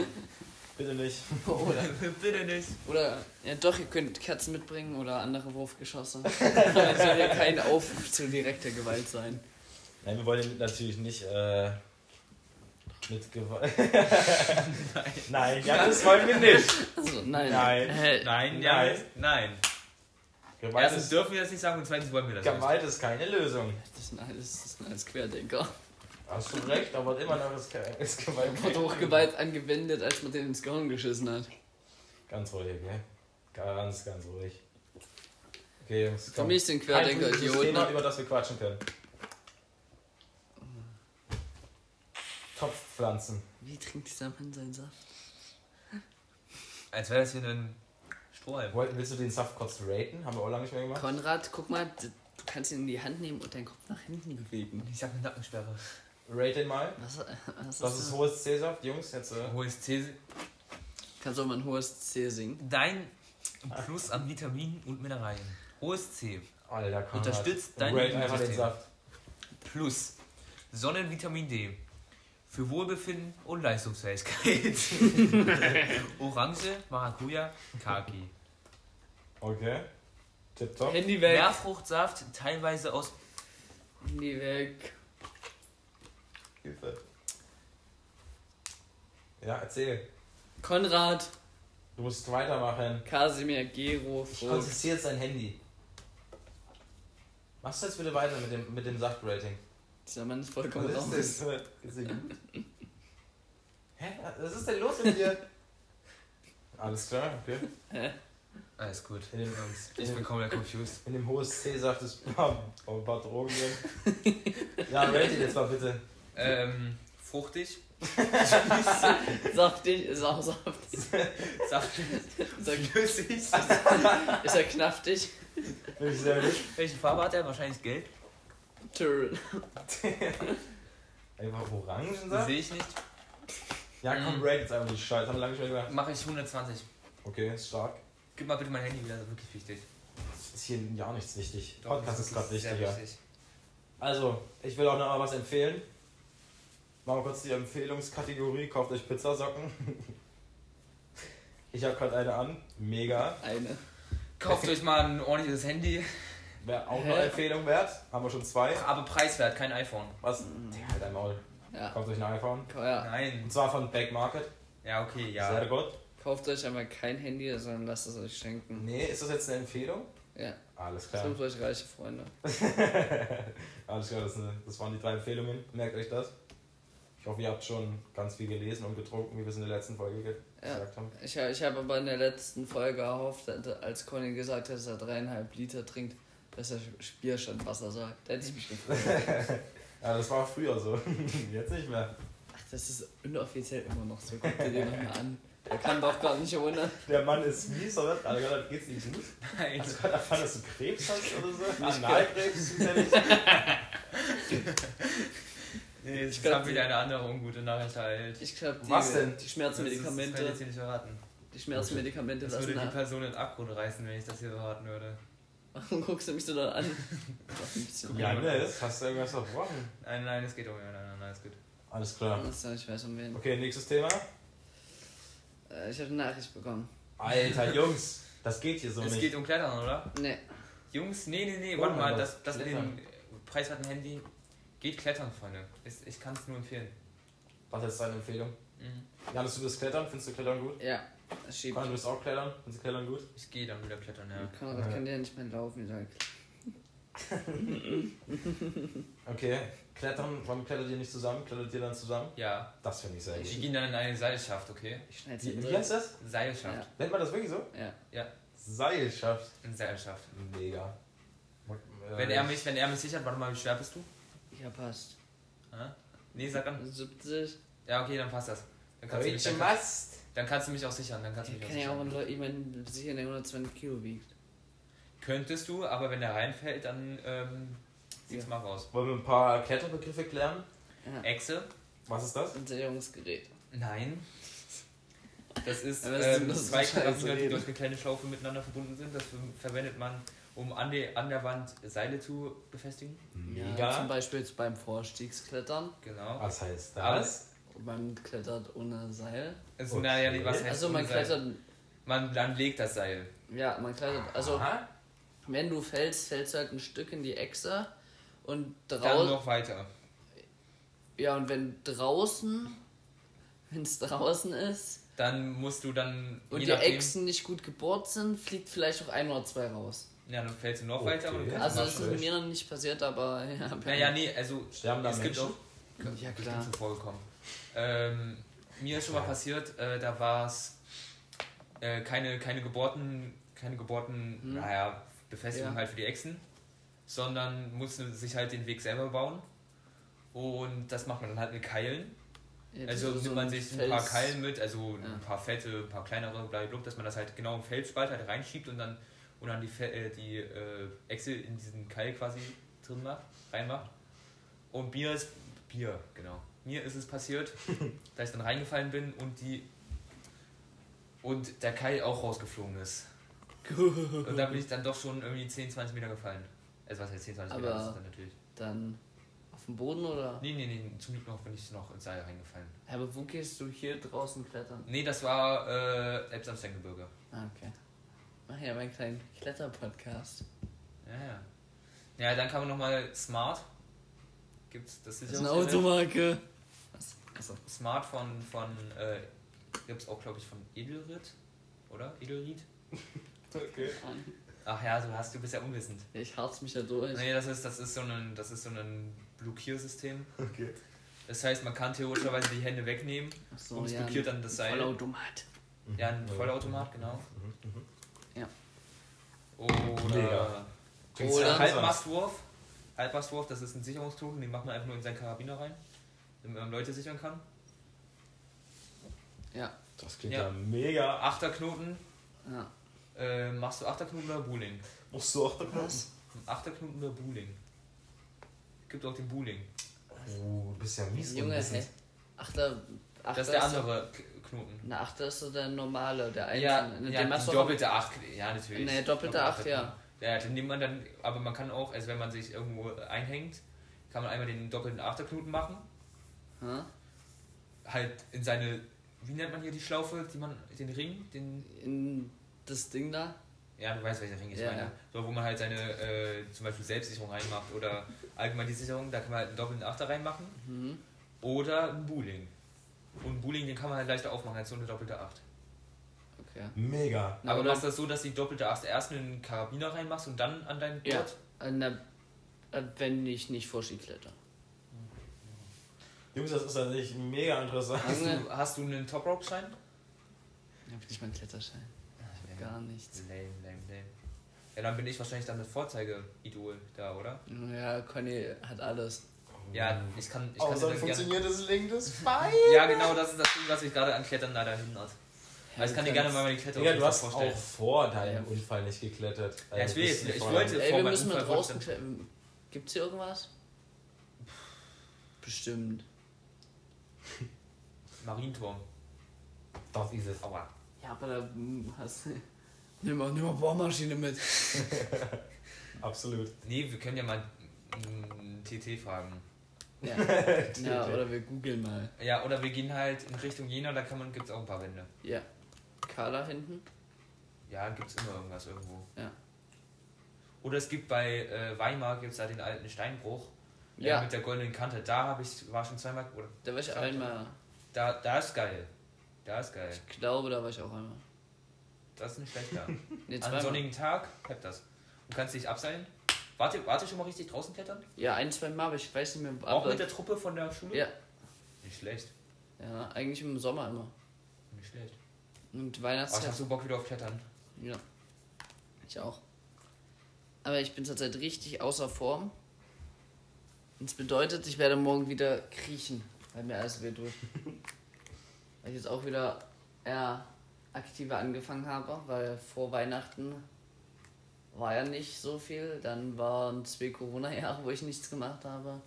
[SPEAKER 2] Bitte nicht.
[SPEAKER 1] Oder,
[SPEAKER 3] Bitte nicht.
[SPEAKER 1] oder, ja doch, ihr könnt Kerzen mitbringen oder andere Wurfgeschosse. Es soll ja kein Aufruf zu direkter Gewalt sein.
[SPEAKER 2] Nein, wir wollen natürlich nicht äh, mit Gewalt. Nein, ja, das wollen wir nicht.
[SPEAKER 1] Also, nein.
[SPEAKER 2] Nein.
[SPEAKER 1] Äh,
[SPEAKER 3] Nein,
[SPEAKER 2] Nein.
[SPEAKER 3] ja, nein.
[SPEAKER 2] Gewalt
[SPEAKER 3] Erstens
[SPEAKER 2] ist,
[SPEAKER 3] dürfen wir das nicht sagen und zweitens wollen wir das nicht.
[SPEAKER 2] Gewalt ist keine Lösung.
[SPEAKER 1] Das sind alles, das sind alles Querdenker.
[SPEAKER 2] Hast du recht, aber immer noch ist, Ge- ist Gewalt.
[SPEAKER 1] Wurde auch Gewalt angewendet, als man den ins Gehirn geschissen hat.
[SPEAKER 2] Ganz ruhig, ne? Ganz, ganz ruhig. Okay, Jungs,
[SPEAKER 1] Für
[SPEAKER 2] komm.
[SPEAKER 1] mich sind Querdenker
[SPEAKER 2] Kein politisches
[SPEAKER 1] Idioten.
[SPEAKER 2] Thema, über das wir quatschen können. Topfpflanzen.
[SPEAKER 1] Wie trinkt dieser Mann seinen Saft?
[SPEAKER 3] Als wäre das hier ein Strohhalm.
[SPEAKER 2] Woll- Willst du den Saft kurz raten? Haben wir auch lange nicht mehr gemacht.
[SPEAKER 1] Konrad, guck mal, d- du kannst ihn in die Hand nehmen und deinen Kopf nach hinten bewegen.
[SPEAKER 3] Ich hab eine Nackensperre.
[SPEAKER 2] Rate den mal.
[SPEAKER 1] Was, äh, was
[SPEAKER 2] Das
[SPEAKER 1] ist
[SPEAKER 2] ist
[SPEAKER 1] das?
[SPEAKER 2] hohes C-Saft, Jungs. Jetzt, äh,
[SPEAKER 3] Hohes C.
[SPEAKER 1] Kannst du auch mal ein hohes C singen?
[SPEAKER 3] Dein Plus an Vitaminen und Mineralien. Hohes C.
[SPEAKER 2] Alter, Konrad.
[SPEAKER 3] Unterstützt dein
[SPEAKER 2] Rate einfach den
[SPEAKER 3] Immunsystem.
[SPEAKER 2] Saft.
[SPEAKER 3] Plus Sonnenvitamin D. Für Wohlbefinden und Leistungsfähigkeit. Orange, Maracuja, Kaki.
[SPEAKER 2] Okay. Tipptopp.
[SPEAKER 1] Handy
[SPEAKER 3] Meerfruchtsaft, teilweise aus
[SPEAKER 1] Handy weg.
[SPEAKER 2] Hilfe. Ja, erzähl.
[SPEAKER 1] Konrad,
[SPEAKER 2] Du musst weitermachen.
[SPEAKER 1] Kasimir, Gero,
[SPEAKER 2] Ich
[SPEAKER 1] Vogt.
[SPEAKER 2] konzentriere jetzt dein Handy. Machst du jetzt bitte weiter mit dem, mit dem Saftrating?
[SPEAKER 1] Dieser Mann ist vollkommen raus.
[SPEAKER 2] das? Ist er gut? Hä? Was ist denn los mit dir? Alles klar, okay.
[SPEAKER 3] Alles gut.
[SPEAKER 2] In dem,
[SPEAKER 3] Ich bin komplett confused.
[SPEAKER 2] in dem hohes C-Saft ist ein paar, ein paar Drogen drin. Ja, rate ihn jetzt mal bitte.
[SPEAKER 3] Ähm, fruchtig.
[SPEAKER 1] Saftig ist auch saftig.
[SPEAKER 3] Saft.
[SPEAKER 1] Ist er,
[SPEAKER 3] Flüssig.
[SPEAKER 1] ist er knaftig?
[SPEAKER 2] Finde ich sehr gut.
[SPEAKER 3] Welche Farbe hat er? Wahrscheinlich gelb.
[SPEAKER 1] Turn.
[SPEAKER 2] Einfach Orangensaft?
[SPEAKER 3] Sehe ich nicht.
[SPEAKER 2] Ja, komm, rate jetzt einfach die Scheiße. Haben wir lange nicht mehr gemacht.
[SPEAKER 3] Mache ich 120.
[SPEAKER 2] Okay, ist stark.
[SPEAKER 3] Gib mal bitte mein Handy wieder, das ist wirklich wichtig.
[SPEAKER 2] Das ist hier ja nichts wichtig.
[SPEAKER 3] Doch,
[SPEAKER 2] Podcast
[SPEAKER 3] das
[SPEAKER 2] Oh, ist gerade
[SPEAKER 3] sehr
[SPEAKER 2] wichtiger.
[SPEAKER 3] wichtig.
[SPEAKER 2] Also, ich will auch noch mal was empfehlen. Machen wir kurz die Empfehlungskategorie. Kauft euch Pizzasocken. Ich habe gerade eine an. Mega.
[SPEAKER 1] Eine.
[SPEAKER 3] Kauft euch mal ein ordentliches Handy,
[SPEAKER 2] Wäre auch
[SPEAKER 1] Hä?
[SPEAKER 2] eine Empfehlung wert. Haben wir schon zwei.
[SPEAKER 3] aber preiswert, kein iPhone.
[SPEAKER 2] Was? Digga, halt dein Maul.
[SPEAKER 1] Mhm. Ja.
[SPEAKER 2] Kauft euch ein iPhone.
[SPEAKER 1] ja.
[SPEAKER 3] Nein.
[SPEAKER 2] Und zwar von Back Market.
[SPEAKER 3] Ja, okay,
[SPEAKER 2] Sehr
[SPEAKER 3] ja.
[SPEAKER 2] gut.
[SPEAKER 1] Kauft euch aber kein Handy, sondern lasst es euch schenken.
[SPEAKER 2] Nee, ist das jetzt eine Empfehlung?
[SPEAKER 1] Ja.
[SPEAKER 2] Alles klar.
[SPEAKER 1] Sucht euch reiche Freunde.
[SPEAKER 2] Alles klar, das, sind- das waren die drei Empfehlungen. Merkt euch das. Ich hoffe, ihr habt schon ganz viel gelesen und getrunken, wie wir es in der letzten Folge ge-
[SPEAKER 1] Ja.
[SPEAKER 2] gesagt haben.
[SPEAKER 1] Ich, ich habe aber in der letzten Folge gehofft, als Conny gesagt hat, dass er dreieinhalb Liter trinkt, dass er Bier statt Wasser sagt. Da hätte ich mich gefreut.
[SPEAKER 2] Ja, das war früher so. Jetzt nicht mehr.
[SPEAKER 1] Ach, das ist unoffiziell immer noch so. Guck dir den nochmal an. Er kann doch gar nicht ohne.
[SPEAKER 2] Der Mann ist mies, oder? Alter, gerade geht's ihm gut. Also,
[SPEAKER 3] Nein.
[SPEAKER 2] Hast du gerade erfahren, dass du Krebs hast oder so? Ah, Analkrebs zufällig?
[SPEAKER 3] Nee, ich
[SPEAKER 1] glaub,
[SPEAKER 3] habe
[SPEAKER 1] die-
[SPEAKER 3] wieder eine andere ungute Nachricht halt.
[SPEAKER 1] Ich glaube, die,
[SPEAKER 2] Was denn?
[SPEAKER 1] die
[SPEAKER 3] Das kann ich jetzt
[SPEAKER 1] Schmerzmedikamente,
[SPEAKER 3] hier nicht verraten.
[SPEAKER 1] die Schmerzmedikamente
[SPEAKER 3] Das
[SPEAKER 1] lassen
[SPEAKER 3] würde die
[SPEAKER 1] nach.
[SPEAKER 3] Person in den Abgrund reißen, wenn ich das hier verraten würde.
[SPEAKER 1] Warum guckst du mich so da an? Doch, ein bisschen.
[SPEAKER 2] Janis, ne, hast du irgendwas verbrochen?
[SPEAKER 3] Nein, nein, es geht um jemand anderen, alles gut.
[SPEAKER 2] Alles klar.
[SPEAKER 1] Alles klar, Ich weiß um wen.
[SPEAKER 2] Okay, nächstes Thema.
[SPEAKER 1] Äh, Ich habe eine Nachricht bekommen.
[SPEAKER 2] Alter, Jungs, das geht hier so
[SPEAKER 3] es
[SPEAKER 2] nicht.
[SPEAKER 3] geht um Klettern, oder?
[SPEAKER 1] Nee,
[SPEAKER 3] Jungs, nee, nee, nee,
[SPEAKER 2] Oh
[SPEAKER 3] warte
[SPEAKER 2] mein
[SPEAKER 3] mal,
[SPEAKER 2] Gott,
[SPEAKER 3] das, das mit
[SPEAKER 2] Klettern.
[SPEAKER 3] dem preiswerten Handy geht Klettern, Freunde. Ist, ich kann es nur empfehlen.
[SPEAKER 2] Was ist deine Empfehlung?
[SPEAKER 3] um- Mhm.
[SPEAKER 2] Janis, du bist Klettern? Findest du Klettern gut?
[SPEAKER 1] ja. Das schiebt.
[SPEAKER 2] Conny, du bist auch Klettern? Findest du Klettern gut?
[SPEAKER 3] Ich gehe dann wieder klettern, ja.
[SPEAKER 1] Konrad kann ja nicht mehr laufen, sag.
[SPEAKER 2] Okay. Klettern, warum klettert ihr nicht zusammen? Klettert ihr dann zusammen?
[SPEAKER 3] Ja,
[SPEAKER 2] Das finde ich sehr
[SPEAKER 3] wir
[SPEAKER 2] gut.
[SPEAKER 3] gehen dann in eine Seilschaft, okay?
[SPEAKER 1] Ich schneide
[SPEAKER 2] Wie, wie heißt das?
[SPEAKER 3] Seilschaft.
[SPEAKER 2] Nennt man das wirklich so?
[SPEAKER 1] Ja.
[SPEAKER 2] Seilschaft.
[SPEAKER 3] In Seilschaft.
[SPEAKER 2] Mega.
[SPEAKER 3] Wenn er mich, wenn er mich sichert, warte mal, wie schwer bist du?
[SPEAKER 1] Ja, passt.
[SPEAKER 3] Hä? Nee, sag an.
[SPEAKER 1] 70.
[SPEAKER 3] Ja, okay, dann passt das. Dann kannst, du mich,
[SPEAKER 2] Deutsche
[SPEAKER 3] dann, kannst,
[SPEAKER 2] Äh, Mast.
[SPEAKER 3] dann kannst du mich auch sichern, dann kannst du
[SPEAKER 1] Ich
[SPEAKER 3] mich auch
[SPEAKER 1] kann ja auch
[SPEAKER 3] sichern.
[SPEAKER 1] unter jemanden sicher, der 120 Kilo wiegt.
[SPEAKER 3] Könntest du, aber wenn er reinfällt, dann ähm, sieht's
[SPEAKER 1] Ja.
[SPEAKER 3] mal raus.
[SPEAKER 2] Wollen wir ein paar Kletterbegriffe klären?
[SPEAKER 1] Ja.
[SPEAKER 3] Echse?
[SPEAKER 2] Was ist das?
[SPEAKER 1] Ein Sicherungsgerät.
[SPEAKER 3] Nein. Das ist
[SPEAKER 1] Aber das ist
[SPEAKER 3] ähm,
[SPEAKER 1] nur so
[SPEAKER 3] zwei
[SPEAKER 1] scheiße
[SPEAKER 3] Karabiner, die
[SPEAKER 1] reden.
[SPEAKER 3] durch eine kleine Schlaufe miteinander verbunden sind. Das ver- verwendet man, um an, die, an der Wand Seile zu befestigen.
[SPEAKER 1] Ja, zum Beispiel jetzt beim Vorstiegsklettern.
[SPEAKER 3] Genau.
[SPEAKER 2] Was heißt das?
[SPEAKER 3] Alles?
[SPEAKER 1] Und man klettert ohne Seil.
[SPEAKER 3] Also, naja, die- was
[SPEAKER 2] Okay.
[SPEAKER 3] heißt
[SPEAKER 1] Also man
[SPEAKER 3] ohne Seil?
[SPEAKER 1] klettert.
[SPEAKER 3] Man, dann legt das Seil.
[SPEAKER 1] Ja, man klettert. Also
[SPEAKER 2] Aha.
[SPEAKER 1] wenn du fällst, fällst du halt ein Stück in die Echse. Und
[SPEAKER 3] Dann
[SPEAKER 1] draußen.
[SPEAKER 3] noch weiter.
[SPEAKER 1] Ja, und wenn draußen. Wenn es draußen ist
[SPEAKER 3] Dann musst du dann.
[SPEAKER 1] und
[SPEAKER 3] je
[SPEAKER 1] die
[SPEAKER 3] nachdem-
[SPEAKER 1] Echsen nicht gut gebohrt sind, fliegt vielleicht auch ein oder zwei raus.
[SPEAKER 3] Ja, dann fällst du noch weiter, aber du
[SPEAKER 2] Okay.
[SPEAKER 3] kannst
[SPEAKER 1] Also
[SPEAKER 3] mal
[SPEAKER 1] es ist
[SPEAKER 3] schwimmen.
[SPEAKER 1] mir noch nicht passiert, aber ja,
[SPEAKER 3] Naja, nee, also
[SPEAKER 2] Sterben da
[SPEAKER 3] es gibt
[SPEAKER 2] Menschen?
[SPEAKER 3] auch
[SPEAKER 1] ja
[SPEAKER 3] Ich
[SPEAKER 1] klar.
[SPEAKER 3] bin schon vorgekommen. Ähm, mir ist schon mal passiert, äh, da war es äh, keine, keine Geburten, keine Geburten,
[SPEAKER 1] Hm.
[SPEAKER 3] naja, Befestigung
[SPEAKER 1] Ja.
[SPEAKER 3] halt für die Echsen, sondern mussten sich halt den Weg selber bauen. Und das macht man dann halt mit Keilen.
[SPEAKER 1] Ja,
[SPEAKER 3] Also
[SPEAKER 1] so
[SPEAKER 3] nimmt
[SPEAKER 1] ein
[SPEAKER 3] man sich ein
[SPEAKER 1] Fels-
[SPEAKER 3] paar Keilen mit, also
[SPEAKER 1] Ja.
[SPEAKER 3] ein paar fette, ein paar kleinere, blablabla, dass man das halt genau im Felsspalt halt reinschiebt und dann, und dann die, Fe- äh, die äh, Echse in diesen Keil quasi drin macht, reinmacht. Und Bier ist Bier, genau. Mir ist es passiert, da ich dann reingefallen bin und die und der Keil auch rausgeflogen ist. Und da bin ich dann doch schon irgendwie 10, 20 Meter gefallen. Also was heißt 10, 20 Meter
[SPEAKER 1] Aber-
[SPEAKER 3] das ist dann natürlich.
[SPEAKER 1] Dann auf dem Boden oder?
[SPEAKER 3] Nee, nee, nee, zum Glück noch bin ich noch ins Seil reingefallen.
[SPEAKER 1] Aber wo gehst du hier draußen klettern?
[SPEAKER 3] Nee, das war äh, Elbsamsteingebirge.
[SPEAKER 1] Ah, okay. Mach ja meinen kleinen Kletterpodcast.
[SPEAKER 3] Ja, ja. Ja, dann kann man nochmal Smart. Gibt's das
[SPEAKER 1] Das ist eine
[SPEAKER 3] Sicherungs-
[SPEAKER 1] Automarke. Was? Achso.
[SPEAKER 3] Smart von, von äh, gibt's auch, glaube ich, von Edelrit, oder? Edelried?
[SPEAKER 2] Okay.
[SPEAKER 3] Ach ja, du hast, du bist ja unwissend.
[SPEAKER 1] Ich harz mich da durch.
[SPEAKER 3] Nee, das ist, das ist so ein, das ist so ein Blockiersystem.
[SPEAKER 2] Okay.
[SPEAKER 3] Das heißt, man kann theoretischerweise die Hände wegnehmen.
[SPEAKER 1] Achso,
[SPEAKER 3] Und es blockiert dann das Seil.
[SPEAKER 1] Vollautomat.
[SPEAKER 3] Ja, ein Vollautomat, genau.
[SPEAKER 1] Ja.
[SPEAKER 3] Oder
[SPEAKER 2] Mega. Klingt
[SPEAKER 1] Oder-
[SPEAKER 2] sehr langsam.
[SPEAKER 3] Halbmastwurf. Halbmastwurf, das ist ein Sicherungstoken, den macht man einfach nur in seinen Karabiner rein, damit man Leute sichern kann.
[SPEAKER 1] Ja.
[SPEAKER 2] Das klingt
[SPEAKER 3] Ja.
[SPEAKER 2] ja, mega.
[SPEAKER 3] Achterknoten,
[SPEAKER 1] ja.
[SPEAKER 3] äh, machst du Achterknoten oder Bowling?
[SPEAKER 2] Musst du auch da Was?
[SPEAKER 3] Achterknoten oder Bowling? Gibt auch den Bowling.
[SPEAKER 2] Oh, du bist ja mies.
[SPEAKER 1] Junge,
[SPEAKER 2] unwissend.
[SPEAKER 1] hä? Achter. Achter
[SPEAKER 3] Das ist der
[SPEAKER 1] doch-
[SPEAKER 3] andere K- Knoten.
[SPEAKER 1] Na, Achter ist so der normale, der
[SPEAKER 3] Ja,
[SPEAKER 1] einzelne. Ne,
[SPEAKER 3] ja
[SPEAKER 1] den
[SPEAKER 3] die
[SPEAKER 1] machst du auch-
[SPEAKER 3] doppelte Acht, ja natürlich.
[SPEAKER 1] Nee, doppelte Acht, ja.
[SPEAKER 3] Ja, dann nimmt man dann, aber man kann auch, also wenn man sich irgendwo einhängt, kann man einmal den doppelten Achterknoten machen.
[SPEAKER 1] Hä?
[SPEAKER 3] Halt in seine, wie nennt man hier die Schlaufe, die man, den Ring, den
[SPEAKER 1] In das Ding da?
[SPEAKER 3] Ja, du weißt, welchen Ring ich
[SPEAKER 1] Ja,
[SPEAKER 3] meine.
[SPEAKER 1] ja.
[SPEAKER 3] So, wo man halt seine äh, zum Beispiel Selbstsicherung reinmacht oder allgemein die Sicherung, da kann man halt einen doppelten Achter reinmachen.
[SPEAKER 1] Mhm.
[SPEAKER 3] Oder einen Booling. Und einen Booling, den kann man halt leichter aufmachen als so eine doppelte Acht.
[SPEAKER 1] Okay.
[SPEAKER 2] Mega.
[SPEAKER 1] Na,
[SPEAKER 3] Aber
[SPEAKER 1] oder-
[SPEAKER 3] machst das so, dass die doppelte Acht erst in den Karabiner reinmachst und dann an deinen
[SPEAKER 1] Ja.
[SPEAKER 3] Gurt?
[SPEAKER 1] Äh, Na, äh, wenn ich nicht Foschi kletter.
[SPEAKER 2] Jungs, das ist natürlich mega interessant.
[SPEAKER 3] Hast,
[SPEAKER 1] Junge.
[SPEAKER 3] du, hast du einen Top Rope Schein?
[SPEAKER 1] Ich hab nicht meinen Kletterschein. Gar nichts.
[SPEAKER 3] Lame, lame, lame. Ja, dann bin ich wahrscheinlich dann das Vorzeige-Idol da, oder?
[SPEAKER 1] Ja, Conny hat alles.
[SPEAKER 3] Ja, ich kann. Ich kann
[SPEAKER 2] Außer
[SPEAKER 3] dir
[SPEAKER 2] ein
[SPEAKER 3] dann gerne-
[SPEAKER 2] funktioniertes linkes Bein.
[SPEAKER 3] Ja, genau, das ist das Ding, was mich gerade an Klettern leider hindert. Aber ich kann dir gerne mal meine Kletterung
[SPEAKER 2] Digga, du hast
[SPEAKER 3] vorstellen.
[SPEAKER 2] auch vor deinem
[SPEAKER 1] Ja.
[SPEAKER 2] Unfall nicht geklettert. Äh,
[SPEAKER 3] Ja, ich will
[SPEAKER 2] bist
[SPEAKER 3] jetzt-
[SPEAKER 2] nicht
[SPEAKER 3] ich
[SPEAKER 2] vor
[SPEAKER 3] wollte-
[SPEAKER 2] deinem-
[SPEAKER 1] Ey,
[SPEAKER 3] vor
[SPEAKER 1] wir
[SPEAKER 3] meinem
[SPEAKER 1] müssen mal
[SPEAKER 3] Unfall
[SPEAKER 1] draußen klettern. Gibt's hier irgendwas? Bestimmt.
[SPEAKER 3] Marienturm.
[SPEAKER 2] Das ist es.
[SPEAKER 3] Aua.
[SPEAKER 1] Ja, aber da mm, hast Nimm mal, nimm mal Bohrmaschine mit.
[SPEAKER 2] Absolut.
[SPEAKER 3] Nee, wir können ja mal mm, TT fragen.
[SPEAKER 1] Ja. ja, oder wir googeln mal.
[SPEAKER 3] Ja, oder wir gehen halt in Richtung Jena, da kann man, gibt's auch ein paar Wände.
[SPEAKER 1] Ja. Carla hinten?
[SPEAKER 3] Ja, gibt's immer irgendwas irgendwo.
[SPEAKER 1] Ja.
[SPEAKER 3] Oder es gibt bei äh, Weimar, gibt's da den alten Steinbruch. äh,
[SPEAKER 1] Ja,
[SPEAKER 3] Mit der goldenen Kante. Da habe ich, war schon zweimal, oder
[SPEAKER 1] da war ich einmal.
[SPEAKER 3] da, da ist geil. Da ist geil.
[SPEAKER 1] Ich glaube, da war ich auch einmal.
[SPEAKER 3] Das ist nicht schlechter. An
[SPEAKER 1] Nee,
[SPEAKER 3] einem
[SPEAKER 1] zweimal.
[SPEAKER 3] sonnigen Tag, hebt das. Und kannst dich abseilen. Warte, warte schon mal richtig draußen klettern?
[SPEAKER 1] Ja, ein, zwei Mal, aber ich weiß nicht mehr.
[SPEAKER 3] Auch
[SPEAKER 1] Aber,
[SPEAKER 3] mit der Truppe von der Schule?
[SPEAKER 1] ja.
[SPEAKER 3] Nicht schlecht.
[SPEAKER 1] ja, eigentlich im Sommer immer.
[SPEAKER 3] Nicht schlecht.
[SPEAKER 1] Und
[SPEAKER 3] Oh, ich
[SPEAKER 1] Weihnachtszeit.
[SPEAKER 3] hab so Bock wieder auf Klettern.
[SPEAKER 1] Ja. Ich auch. Aber ich bin zurzeit richtig außer Form. Und das bedeutet, ich werde morgen wieder kriechen, weil mir alles weh tut. weil ich jetzt auch wieder eher aktiver angefangen habe, weil vor Weihnachten war ja nicht so viel. Dann waren zwei Corona-Jahre, wo ich nichts gemacht habe.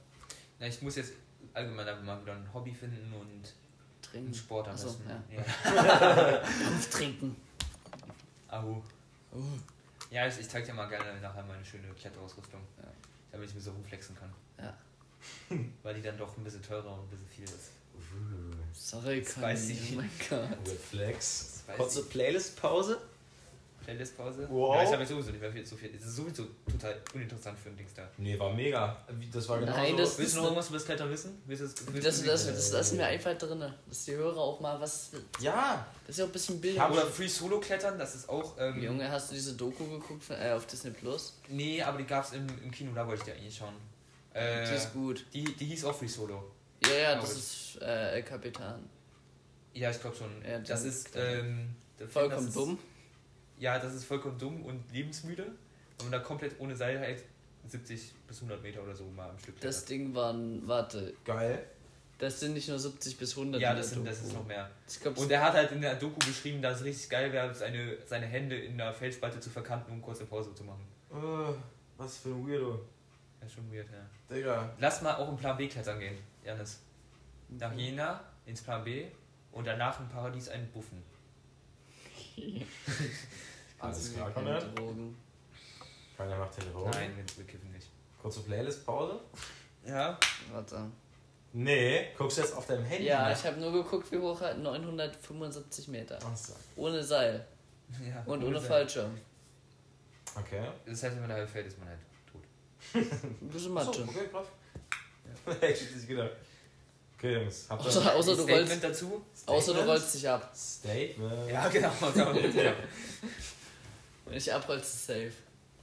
[SPEAKER 3] Na, ich muss jetzt allgemein einfach mal wieder ein Hobby finden und einen
[SPEAKER 1] Trinken.
[SPEAKER 3] Sport am
[SPEAKER 1] Ach so,
[SPEAKER 3] besten.
[SPEAKER 1] ja.
[SPEAKER 3] Ja.
[SPEAKER 1] Trinken.
[SPEAKER 3] Au. Ja, ich, ich zeig dir mal gerne nachher meine schöne Kletterausrüstung.
[SPEAKER 1] Ja.
[SPEAKER 3] Damit ich mir so rumflexen kann.
[SPEAKER 1] Ja.
[SPEAKER 3] Weil die dann doch ein bisschen teurer und ein bisschen viel ist.
[SPEAKER 1] Sorry, Conny.
[SPEAKER 3] Spicy.
[SPEAKER 1] Oh mein Gott.
[SPEAKER 2] Reflex.
[SPEAKER 3] Spicy.
[SPEAKER 2] Kurze Playlist-Pause.
[SPEAKER 3] Playlist-Pause.
[SPEAKER 2] Wow.
[SPEAKER 3] Ja, ich habe jetzt sowieso nicht mehr viel zu viel. Es ist sowieso total uninteressant für ein Dings da.
[SPEAKER 2] Nee, war mega. Das war genau
[SPEAKER 1] Nein, das-
[SPEAKER 2] so.
[SPEAKER 3] Willst du noch irgendwas über das Kletter wissen? Willst du willst
[SPEAKER 1] Das,
[SPEAKER 3] du-
[SPEAKER 1] das, das lassen wir einfach drin, dass die Hörer auch mal was.
[SPEAKER 2] Ja,
[SPEAKER 1] Das ist ja auch ein bisschen Bild.
[SPEAKER 3] Oder Free Solo Klettern, das ist auch. Ähm,
[SPEAKER 1] Junge, hast du diese Doku geguckt von, äh, auf Disney Plus?
[SPEAKER 3] Nee, aber die gab es im, im Kino, da wollte ich dir eigentlich schauen.
[SPEAKER 1] Die
[SPEAKER 3] Äh,
[SPEAKER 1] ist gut.
[SPEAKER 3] die, die hieß auch Free Solo.
[SPEAKER 1] Ja, ja, das
[SPEAKER 3] glaub
[SPEAKER 1] ist äh, El Capitan.
[SPEAKER 3] Ja, ich glaube schon.
[SPEAKER 1] Ja,
[SPEAKER 3] das
[SPEAKER 1] die-
[SPEAKER 3] ist. Ähm, der Film, das
[SPEAKER 1] Vollkommen
[SPEAKER 3] ist,
[SPEAKER 1] dumm.
[SPEAKER 3] Ja, das ist vollkommen dumm und lebensmüde. Wenn man da komplett ohne Seil halt 70 bis 100 Meter oder so mal am Stück
[SPEAKER 1] Das Ding waren, warte,
[SPEAKER 2] geil.
[SPEAKER 1] das sind nicht nur 70 bis 100.
[SPEAKER 3] Ja,
[SPEAKER 1] in
[SPEAKER 3] das,
[SPEAKER 1] der
[SPEAKER 3] sind, das
[SPEAKER 1] Doku.
[SPEAKER 3] ist noch mehr.
[SPEAKER 1] Ich glaub,
[SPEAKER 3] Und er hat halt in der Doku beschrieben, dass es richtig geil wäre, seine, seine Hände in der Felsspalte zu verkanten, um kurz eine Pause zu machen.
[SPEAKER 2] Äh, was für ein Weirdo.
[SPEAKER 3] Das ist schon weird, ja.
[SPEAKER 2] Digga.
[SPEAKER 3] Lass mal auch im Plan B klettern gehen, Janis. Nach
[SPEAKER 1] Mhm.
[SPEAKER 3] Jena ins Plan B und danach im Paradies einen Buffen.
[SPEAKER 2] Alles klar,
[SPEAKER 1] keine
[SPEAKER 2] Konrad.
[SPEAKER 1] Drogen.
[SPEAKER 2] Keiner macht Telefon.
[SPEAKER 3] Nein, wir, wir kiffen nicht.
[SPEAKER 2] Kurze Playlist-Pause?
[SPEAKER 3] Ja,
[SPEAKER 1] Warte.
[SPEAKER 2] Nee, guckst du jetzt auf deinem Handy?
[SPEAKER 1] Ja,
[SPEAKER 2] ne?
[SPEAKER 1] ich habe nur geguckt, wie hoch hat 975 Meter.
[SPEAKER 2] Ach so.
[SPEAKER 1] Ohne Seil
[SPEAKER 3] ja.
[SPEAKER 1] und ohne
[SPEAKER 3] Sein.
[SPEAKER 1] Fallschirm.
[SPEAKER 2] Okay.
[SPEAKER 3] Das heißt, wenn man da fällt, ist man halt tot.
[SPEAKER 1] Ein bisschen
[SPEAKER 2] Ach so,
[SPEAKER 1] Matsche.
[SPEAKER 2] okay, krass. ich hätte nicht gedacht. Okay, Jungs, habt ihr
[SPEAKER 1] Außer, außer, du
[SPEAKER 3] Statement
[SPEAKER 1] rollst,
[SPEAKER 3] dazu?
[SPEAKER 1] außer du rollst dich ab.
[SPEAKER 2] Statement.
[SPEAKER 3] Ja, genau. ja.
[SPEAKER 1] Wenn ich abrollst, ist safe.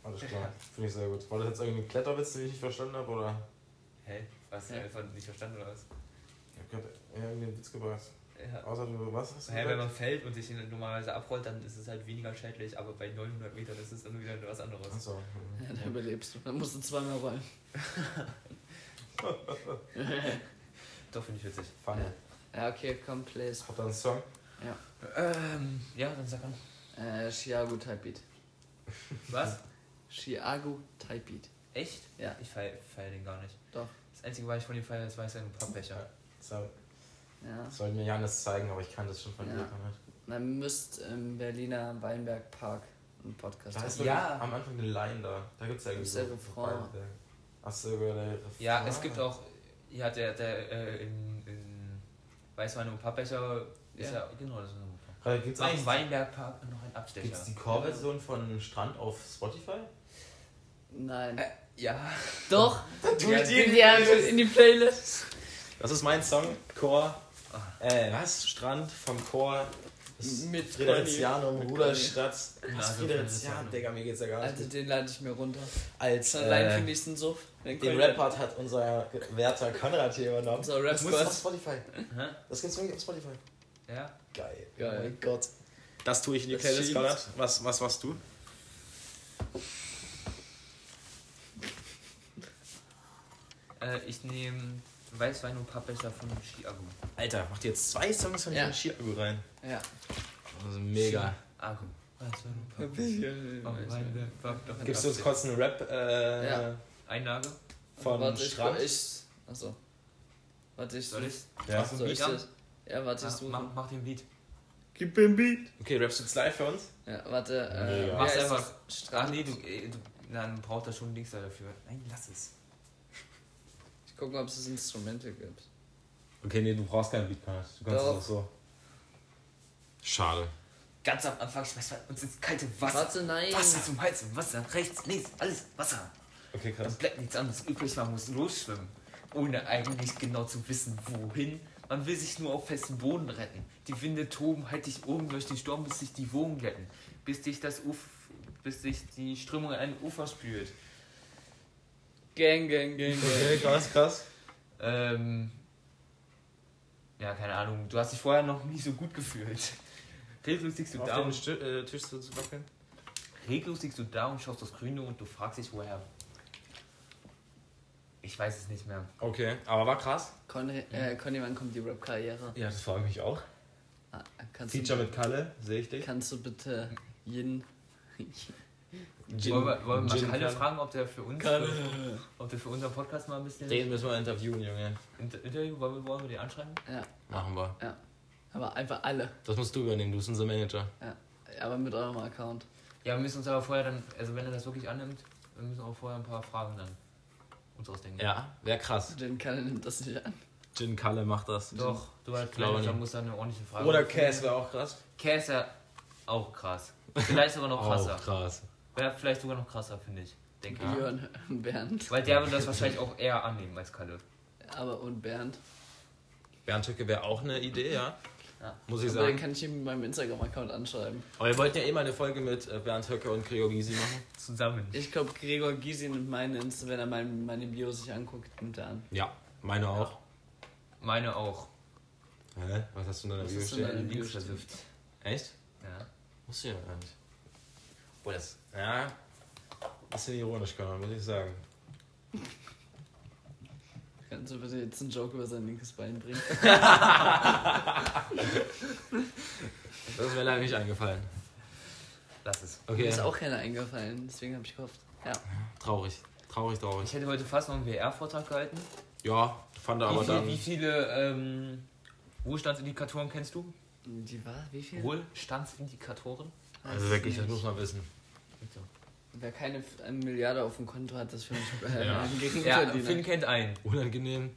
[SPEAKER 2] Alles klar, finde ich sehr gut. War das jetzt irgendein Kletterwitz, den ich nicht verstanden habe, oder?
[SPEAKER 3] Hä? Was?
[SPEAKER 1] Ja.
[SPEAKER 3] Ja. Einfach nicht verstanden oder was?
[SPEAKER 2] Ich hab gerade irgendeinen Witz gebracht.
[SPEAKER 3] Ja.
[SPEAKER 2] Außer du, was hast du
[SPEAKER 3] Hä, wenn man
[SPEAKER 2] gesagt?
[SPEAKER 3] fällt und sich normalerweise abrollt, dann ist es halt weniger schädlich, aber bei 900 Metern ist es dann wieder was anderes.
[SPEAKER 2] Achso.
[SPEAKER 1] Ja, dann überlebst du. Dann musst du zweimal rollen.
[SPEAKER 3] Doch, finde ich witzig.
[SPEAKER 2] Funny.
[SPEAKER 1] Ja, okay, komm, please.
[SPEAKER 2] Habt ihr einen Song?
[SPEAKER 3] Ähm, ja, dann sag an.
[SPEAKER 1] Äh, Chiago Type Beat.
[SPEAKER 3] Was?
[SPEAKER 1] Chiago Type Beat.
[SPEAKER 3] Echt?
[SPEAKER 1] Ja.
[SPEAKER 3] Ich feier, feier den gar nicht.
[SPEAKER 1] Doch.
[SPEAKER 3] Das einzige, was ich von dem feier, ist Weißwein und Pappbecher.
[SPEAKER 2] So,
[SPEAKER 1] Ja.
[SPEAKER 2] soll mir Janis zeigen, aber ich kann das schon von dir.
[SPEAKER 1] Ja.
[SPEAKER 2] Konrad.
[SPEAKER 1] Man müsst im Berliner Weinberg Park einen Podcast
[SPEAKER 2] Da ist
[SPEAKER 1] haben.
[SPEAKER 2] doch
[SPEAKER 3] Ja.
[SPEAKER 2] am Anfang eine Line da. Da gibt's ja irgendwie
[SPEAKER 1] Ist der
[SPEAKER 2] so-
[SPEAKER 1] Refrain.
[SPEAKER 2] Achso, über der Refrain.
[SPEAKER 3] Ja, es gibt auch, ja, der, der, äh, in, in Weißwein und Pappbecher ist ja,
[SPEAKER 1] Ja.
[SPEAKER 3] genau, das ist ein Opa.
[SPEAKER 2] Äh, Gibt's
[SPEAKER 3] Ein
[SPEAKER 2] auch
[SPEAKER 3] Weinbergpark und noch ein Abstecher.
[SPEAKER 2] gibt's die Core-Version von Strand auf Spotify?
[SPEAKER 1] Nein.
[SPEAKER 3] Äh, ja.
[SPEAKER 1] Doch.
[SPEAKER 2] tu ich die in die
[SPEAKER 1] ja, in die Playlist.
[SPEAKER 2] Das ist mein Song, Chor.
[SPEAKER 3] Ah.
[SPEAKER 2] Äh, was? Strand vom Chor. Das
[SPEAKER 1] Mit
[SPEAKER 2] Friderizianum,
[SPEAKER 1] Conny.
[SPEAKER 2] Ruderstadt. Was?
[SPEAKER 3] Also
[SPEAKER 2] Friderizianum?
[SPEAKER 3] Friderizianum.
[SPEAKER 2] Digga, mir geht's ja gar
[SPEAKER 1] Also
[SPEAKER 2] nicht.
[SPEAKER 1] den lade ich mir runter.
[SPEAKER 2] Als
[SPEAKER 1] Schon allein für
[SPEAKER 2] äh,
[SPEAKER 1] den nächsten Suff. Wenn
[SPEAKER 2] den
[SPEAKER 1] Conny-
[SPEAKER 2] Rap-Part hat unser werter Konrad hier übernommen.
[SPEAKER 1] Unser Rap
[SPEAKER 2] das gibt's auf
[SPEAKER 1] Squad.
[SPEAKER 2] Spotify.
[SPEAKER 3] Hä?
[SPEAKER 2] Das gibt's wirklich auf Spotify.
[SPEAKER 3] Ja.
[SPEAKER 2] Geil.
[SPEAKER 1] Geil.
[SPEAKER 2] Oh mein Gott. Das tue ich in die
[SPEAKER 1] Das
[SPEAKER 2] Playlist,
[SPEAKER 1] schiebt.
[SPEAKER 2] Konrad. Was, was, was du?
[SPEAKER 3] Äh, ich nehme Weißwein und Pappbecher von Chiago.
[SPEAKER 2] Alter, mach dir jetzt zwei Songs von
[SPEAKER 1] Ja.
[SPEAKER 2] ja. Chiago rein.
[SPEAKER 1] Ja.
[SPEAKER 2] Das ist mega.
[SPEAKER 3] Agu. Weißwein und Pappbecher. Am
[SPEAKER 1] Warte,
[SPEAKER 3] Weinbergpark noch ein
[SPEAKER 2] Gibst du uns
[SPEAKER 3] Abstecher.
[SPEAKER 2] kurz einen Rap äh,
[SPEAKER 1] Ja.
[SPEAKER 3] Einlage?
[SPEAKER 2] von
[SPEAKER 1] ich,
[SPEAKER 2] Strand?
[SPEAKER 1] ich. Achso. Warte, ich
[SPEAKER 3] Soll
[SPEAKER 1] suche.
[SPEAKER 3] ich?
[SPEAKER 2] ja.
[SPEAKER 1] Soll ich
[SPEAKER 3] Lied an?
[SPEAKER 1] das? Ja, warte, ich
[SPEAKER 3] Mach, Ah, mach,
[SPEAKER 1] suche.
[SPEAKER 3] mach den Beat.
[SPEAKER 5] Gib mir ein Beat.
[SPEAKER 2] Okay, rappst du jetzt live für uns?
[SPEAKER 1] Ja, warte. Äh,
[SPEAKER 2] Mega.
[SPEAKER 1] wer
[SPEAKER 3] Mach's
[SPEAKER 1] ist
[SPEAKER 3] einfach.
[SPEAKER 1] das?
[SPEAKER 3] Ach
[SPEAKER 1] Strand.
[SPEAKER 3] nee, du, äh, du dann braucht er schon Dings da dafür. Nein, lass es.
[SPEAKER 1] Ich gucke mal, ob es das Instrumente gibt.
[SPEAKER 5] Okay, nee, du brauchst keinen Beat, Konrad. Du
[SPEAKER 1] kannst Doch. es auch
[SPEAKER 5] so. Schade.
[SPEAKER 3] Ganz am Anfang schmeißt man uns ins kalte Wasser.
[SPEAKER 1] Warte, nein.
[SPEAKER 3] Wasser zum Heizen, Wasser, rechts, links, alles Wasser.
[SPEAKER 5] Okay,
[SPEAKER 3] Dann
[SPEAKER 5] krass.
[SPEAKER 3] bleibt nichts anderes übrig, man muss losschwimmen. Ohne eigentlich genau zu wissen, wohin. Man will sich nur auf festen Boden retten. Die Winde toben, halt dich oben durch den Sturm, bis sich die Wogen glätten. Bis dich das Uf bis sich die Strömung an ein Ufer spült.
[SPEAKER 1] Gang, gang, gang, gang.
[SPEAKER 5] Okay, krass, krass.
[SPEAKER 3] Ähm. Ja, keine Ahnung. Du hast dich vorher noch nie so gut gefühlt. Reglos liegst du
[SPEAKER 2] Auf
[SPEAKER 3] da
[SPEAKER 2] den
[SPEAKER 3] und,
[SPEAKER 2] Sti- äh, Tisch zu zu wackeln?
[SPEAKER 3] reglos liegst du da und schaust das Grüne und du fragst dich, woher. Ich weiß es nicht mehr.
[SPEAKER 5] Okay, aber war krass.
[SPEAKER 1] Conny, äh, Conny, wann kommt die Rap-Karriere?
[SPEAKER 5] Ja, das frage ich mich auch.
[SPEAKER 1] Ah, kannst,
[SPEAKER 5] Feature
[SPEAKER 1] du,
[SPEAKER 5] mit Kalle, sehe ich dich.
[SPEAKER 1] kannst du bitte Yin.
[SPEAKER 5] Gin-
[SPEAKER 3] wollen wir, wollen wir
[SPEAKER 5] Gin-
[SPEAKER 3] mal Kalle fragen, ob der für uns, für, ob der für unseren Podcast mal ein bisschen
[SPEAKER 5] Den müssen wir interviewen, Junge.
[SPEAKER 3] Inter Interview, wollen wir, wollen wir den anschreiben?
[SPEAKER 1] Ja,
[SPEAKER 5] Machen wir.
[SPEAKER 1] aber einfach alle.
[SPEAKER 5] Das musst du übernehmen, du bist unser Manager.
[SPEAKER 1] Ja, aber mit eurem Account.
[SPEAKER 3] Ja, wir müssen uns aber vorher dann, also wenn er das wirklich annimmt, wir müssen auch vorher ein paar Fragen dann uns ausdenken.
[SPEAKER 5] Ja, wäre krass.
[SPEAKER 1] Denn keiner nimmt das nicht an.
[SPEAKER 5] Jin Kalle macht das.
[SPEAKER 3] Doch, du als
[SPEAKER 5] glaube
[SPEAKER 3] Kleiner, da
[SPEAKER 5] nicht.
[SPEAKER 3] muss dann eine ordentliche Frage.
[SPEAKER 5] Oder Cass wäre auch krass.
[SPEAKER 3] Käse, auch krass. Vielleicht sogar noch krasser.
[SPEAKER 4] Auch krass.
[SPEAKER 3] Wäre vielleicht sogar noch krasser, finde ich. Denke ich.
[SPEAKER 1] Björn und Bernd.
[SPEAKER 3] Weil der würde das wahrscheinlich auch eher annehmen als Kalle.
[SPEAKER 1] Aber und Bernd.
[SPEAKER 4] Berntücke wäre auch eine Idee, ja.
[SPEAKER 3] Ja.
[SPEAKER 4] Muss ich
[SPEAKER 1] Aber den
[SPEAKER 4] sagen.
[SPEAKER 1] kann ich ihm in meinem Instagram-Account anschreiben.
[SPEAKER 4] Aber wir wollten ja eh mal eine Folge mit äh, Bernd Höcke und Gregor Gysi machen.
[SPEAKER 3] Zusammen.
[SPEAKER 1] Ich glaube, Gregor Gysi nimmt meine Insta, wenn er mein, meine Bio sich anguckt, nimmt er an.
[SPEAKER 4] Ja, meine auch.
[SPEAKER 3] Meine auch.
[SPEAKER 4] Hä? Was hast du denn da
[SPEAKER 1] Was
[SPEAKER 4] Video
[SPEAKER 1] ist denn da?
[SPEAKER 4] stehen?
[SPEAKER 1] Deine Bio
[SPEAKER 3] Liebe versifft.
[SPEAKER 4] Echt?
[SPEAKER 3] Ja.
[SPEAKER 4] Muss ja gar nicht. Boah, das. Ja. Bisschen ironisch, Connor, muss ich sagen.
[SPEAKER 1] Kannst du bitte jetzt einen Joke über sein linkes Bein bringen?
[SPEAKER 4] Das ist mir leider nicht eingefallen.
[SPEAKER 3] Lass es.
[SPEAKER 1] Mir
[SPEAKER 4] Okay.
[SPEAKER 1] ist auch keiner eingefallen, deswegen habe ich gehofft. Ja.
[SPEAKER 4] Traurig. Traurig,
[SPEAKER 3] Ich
[SPEAKER 4] traurig.
[SPEAKER 3] hätte heute fast noch einen WR-Vortrag gehalten.
[SPEAKER 4] Ja, fand er
[SPEAKER 3] Wie,
[SPEAKER 4] aber
[SPEAKER 3] viel,
[SPEAKER 4] dann.
[SPEAKER 3] wie viele ähm, Wohlstandsindikatoren kennst du?
[SPEAKER 1] Die war, wie viel?
[SPEAKER 3] Wohlstandsindikatoren?
[SPEAKER 4] Also wirklich, das muss man wissen.
[SPEAKER 1] Wer keine F- eine Milliarde auf dem Konto hat, das für mich äh,
[SPEAKER 4] Ja.
[SPEAKER 1] einen geringen
[SPEAKER 3] Ja,
[SPEAKER 1] Verdiener.
[SPEAKER 3] Finn kennt einen.
[SPEAKER 4] Unangenehm.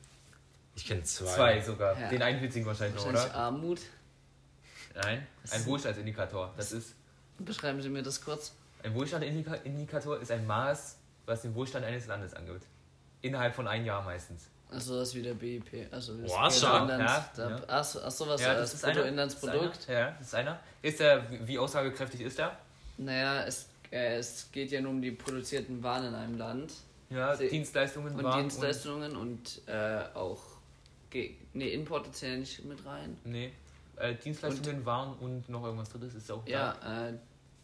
[SPEAKER 4] Ich kenne zwei.
[SPEAKER 3] Zwei sogar.
[SPEAKER 1] Ja.
[SPEAKER 3] Den einen witzigen wahrscheinlich noch,
[SPEAKER 1] Wahrscheinlich
[SPEAKER 3] oder?
[SPEAKER 1] Armut.
[SPEAKER 3] Nein. Ein Wohlstandsindikator. Das ist.
[SPEAKER 1] Beschreiben Sie mir das kurz.
[SPEAKER 3] Ein Wohlstandsindikator ist ein Maß, was den Wohlstand eines Landes angibt. Innerhalb von einem Jahr meistens.
[SPEAKER 1] Also das wie der BIP. Also das
[SPEAKER 4] Boah,
[SPEAKER 1] Bruttoinlands-
[SPEAKER 4] stark,
[SPEAKER 3] ja,
[SPEAKER 1] da-
[SPEAKER 3] ja.
[SPEAKER 1] Ach so, ach so, was
[SPEAKER 3] Ja,
[SPEAKER 1] Also das, das
[SPEAKER 3] einer.
[SPEAKER 1] Bruttoinlandsprodukt?
[SPEAKER 3] Das ist einer. Ja, das ist einer. Ist der, wie- wie aussagekräftig ist der?
[SPEAKER 1] Naja, es, äh, es geht ja nur um die produzierten Waren in einem Land
[SPEAKER 3] Ja,
[SPEAKER 1] Sie-
[SPEAKER 3] Dienstleistungen
[SPEAKER 1] und
[SPEAKER 3] waren
[SPEAKER 1] Dienstleistungen und äh, auch Ge nee, Importe zählen nicht mit rein.
[SPEAKER 3] Und, nee, äh, Dienstleistungen, Waren und noch irgendwas drittes ist auch da.
[SPEAKER 1] Ja, äh,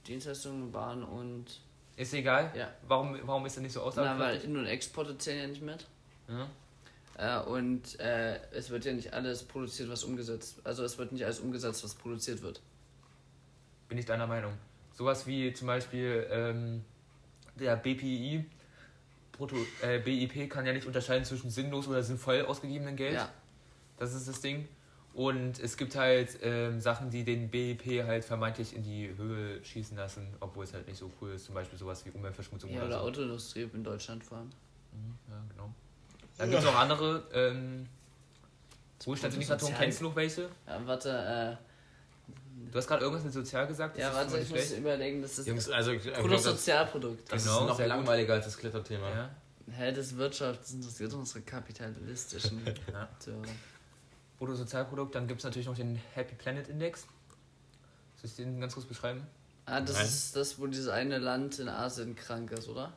[SPEAKER 1] Dienstleistungen, Waren und
[SPEAKER 3] Ist egal.
[SPEAKER 1] Ja.
[SPEAKER 3] Warum, warum ist er nicht so
[SPEAKER 1] Na, weil
[SPEAKER 3] aussagekräftig?
[SPEAKER 1] In- und Exporte zählen ja nicht mit.
[SPEAKER 3] Ja.
[SPEAKER 1] Äh, und äh, es wird ja nicht alles produziert, was umgesetzt Also es wird nicht alles umgesetzt, was produziert wird.
[SPEAKER 3] Bin ich deiner Meinung. Sowas wie zum Beispiel ähm, der BPI, Brutto, äh, BIP kann ja nicht unterscheiden zwischen sinnlos oder sinnvoll ausgegebenem Geld.
[SPEAKER 1] Ja.
[SPEAKER 3] Das ist das Ding. Und es gibt halt ähm, Sachen, die den BIP halt vermeintlich in die Höhe schießen lassen, obwohl es halt nicht so cool ist. Zum Beispiel sowas wie Umweltverschmutzung
[SPEAKER 1] ja oder
[SPEAKER 3] so.
[SPEAKER 1] Autoindustrie in Deutschland vor allem.
[SPEAKER 3] Mhm, ja, genau. Dann gibt es auch andere. Ähm, Wohlstandsindikatoren,
[SPEAKER 1] Sozial-
[SPEAKER 3] kennst du noch welche?
[SPEAKER 1] Ja, warte,
[SPEAKER 3] Du hast gerade irgendwas mit sozial gesagt.
[SPEAKER 1] äh, ja,
[SPEAKER 3] ist
[SPEAKER 1] warte,
[SPEAKER 3] schon
[SPEAKER 1] ich
[SPEAKER 3] mal nicht
[SPEAKER 1] muss überlegen, das ist
[SPEAKER 4] Jungs, also. Das,
[SPEAKER 1] Bruttosozialprodukt.
[SPEAKER 4] das
[SPEAKER 3] Genau,
[SPEAKER 4] ist noch
[SPEAKER 3] sehr gut.
[SPEAKER 4] langweiliger als das Kletterthema.
[SPEAKER 3] Ja.
[SPEAKER 1] Hä, das Wirtschaft, das interessiert unsere kapitalistischen
[SPEAKER 3] Ja.
[SPEAKER 1] Akteure.
[SPEAKER 3] Bruttosozialprodukt, dann gibt es natürlich noch den Happy Planet Index. Soll ich den ganz kurz beschreiben?
[SPEAKER 1] Ah, das
[SPEAKER 4] Nein.
[SPEAKER 1] ist das, wo dieses eine Land in Asien krank ist, oder?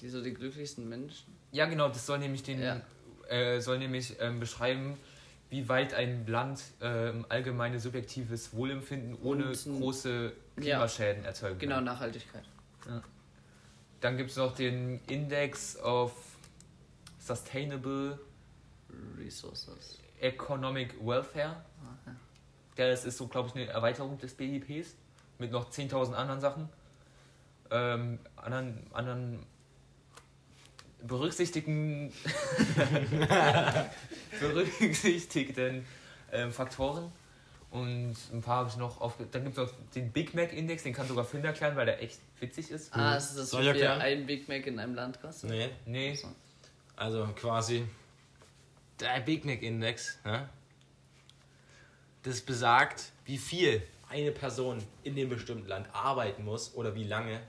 [SPEAKER 1] Die so die glücklichsten Menschen.
[SPEAKER 3] Ja, genau, das soll nämlich den
[SPEAKER 1] Ja.
[SPEAKER 3] äh, soll nämlich ähm, beschreiben, wie weit ein Land ähm, allgemeine subjektives Wohlempfinden ohne
[SPEAKER 1] Und ein-
[SPEAKER 3] große
[SPEAKER 1] Ja.
[SPEAKER 3] Klimaschäden erzeugen
[SPEAKER 1] Genau,
[SPEAKER 3] kann.
[SPEAKER 1] Nachhaltigkeit.
[SPEAKER 3] Dann gibt es noch den Index of Sustainable
[SPEAKER 1] Resources.
[SPEAKER 3] Economic Welfare.
[SPEAKER 1] Aha.
[SPEAKER 3] Ja, das ist so, glaube ich, eine Erweiterung des BIPs mit noch 10.000 anderen Sachen. Ähm, anderen, anderen berücksichtigten, berücksichtigten ähm, Faktoren. Und ein paar habe ich noch aufge... Dann gibt es noch den Big Mac Index, den kann sogar Finn erklären, weil der echt witzig ist.
[SPEAKER 1] Ah, ist das,
[SPEAKER 4] Soll
[SPEAKER 1] wie
[SPEAKER 4] ich
[SPEAKER 1] viel
[SPEAKER 4] erklären?
[SPEAKER 1] ein Big Mac in einem Land kostet?
[SPEAKER 4] Nee,
[SPEAKER 3] Nee,
[SPEAKER 1] So.
[SPEAKER 4] also quasi. Der Big Mac Index, ne? Das besagt, wie viel eine Person in dem bestimmten Land arbeiten muss oder wie lange,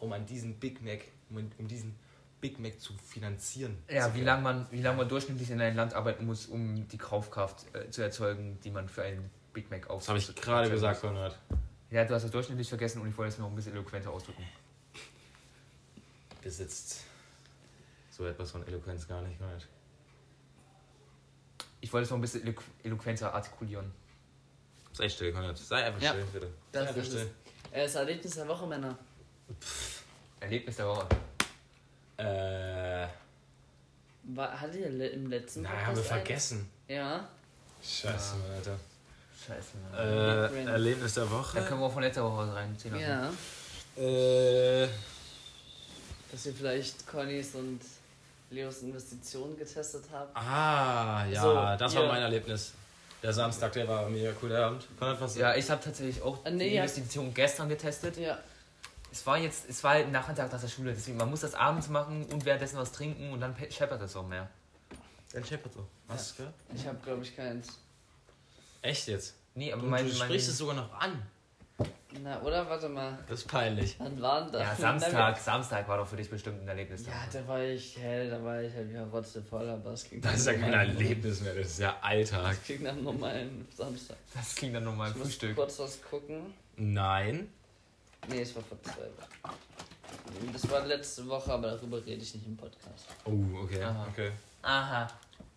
[SPEAKER 4] um an diesen Big Mac, um, um diesen Big Mac zu finanzieren.
[SPEAKER 3] ja,
[SPEAKER 4] zu
[SPEAKER 3] wie
[SPEAKER 4] können.
[SPEAKER 3] lange man, wie lang man durchschnittlich in einem Land arbeiten muss, um die Kaufkraft äh, zu erzeugen, die man für einen Big Mac aufbaut.
[SPEAKER 4] Das habe ich gerade gesagt, Konrad.
[SPEAKER 3] Ja, du hast das durchschnittlich vergessen und ich wollte es noch ein bisschen eloquenter ausdrücken.
[SPEAKER 4] Besitzt so etwas von Eloquenz gar nicht, Konrad.
[SPEAKER 3] Ich wollte es noch ein bisschen eloqu eloquenter artikulieren.
[SPEAKER 4] Sei still, Konrad. Sei einfach
[SPEAKER 1] Ja.
[SPEAKER 4] still, bitte. Sei
[SPEAKER 1] Das
[SPEAKER 4] einfach
[SPEAKER 1] ist es.
[SPEAKER 4] still.
[SPEAKER 1] Äh, das Erlebnis der Woche, Männer.
[SPEAKER 3] Erlebnis der Woche.
[SPEAKER 4] Äh,
[SPEAKER 1] War, hatte ihr le im letzten
[SPEAKER 4] na, haben wir
[SPEAKER 1] Podcast einen?
[SPEAKER 4] vergessen.
[SPEAKER 1] Ja.
[SPEAKER 4] Scheiße, Mann, Alter.
[SPEAKER 3] Scheiße, Mann.
[SPEAKER 4] Äh, Erlebnis der
[SPEAKER 3] Da
[SPEAKER 4] Woche.
[SPEAKER 3] können wir auch von letzter Woche reinziehen lassen.
[SPEAKER 1] Ja.
[SPEAKER 4] Äh,
[SPEAKER 1] Dass ihr vielleicht Connys und Leos Investitionen getestet habt.
[SPEAKER 4] ah, ja,
[SPEAKER 1] So,
[SPEAKER 4] das
[SPEAKER 1] ihr-
[SPEAKER 4] war mein Erlebnis. Der Samstag, der war ein mega cooler Abend. Konrad, was
[SPEAKER 3] Ja, ich habe tatsächlich auch
[SPEAKER 1] Ah, nee,
[SPEAKER 3] die
[SPEAKER 1] ja.
[SPEAKER 3] Investition gestern getestet.
[SPEAKER 1] Ja.
[SPEAKER 3] Es war jetzt, es war halt Nachmittag nach der Schule, deswegen man muss das abends machen und währenddessen was trinken und dann pe- scheppert das auch mehr.
[SPEAKER 4] Dein Shepard so. Was? Ja.
[SPEAKER 1] Ich habe, glaube ich, keins.
[SPEAKER 4] Echt jetzt?
[SPEAKER 3] Nee, aber
[SPEAKER 4] Du,
[SPEAKER 3] mein,
[SPEAKER 4] du
[SPEAKER 3] mein
[SPEAKER 4] sprichst es sogar noch an.
[SPEAKER 1] Na, oder? Warte mal.
[SPEAKER 4] Das ist peinlich.
[SPEAKER 1] Wann waren das?
[SPEAKER 3] Ja, Samstag, Samstag war doch für dich bestimmt ein Erlebnis.
[SPEAKER 1] Ja, da war ich, hä, da war ich halt wieder Rotze voller Basking.
[SPEAKER 4] Das ist ja kein Erlebnis mehr, das ist ja Alltag.
[SPEAKER 1] Das klingt nach einem normalen Samstag.
[SPEAKER 3] Das klingt dann nochmal
[SPEAKER 1] Ich muss
[SPEAKER 3] Frühstück.
[SPEAKER 1] kurz was gucken.
[SPEAKER 4] Nein.
[SPEAKER 1] Nee, es war vor zwei Wochen. Das war letzte Woche, aber darüber rede ich nicht im Podcast.
[SPEAKER 4] Oh, okay. okay.
[SPEAKER 3] Aha.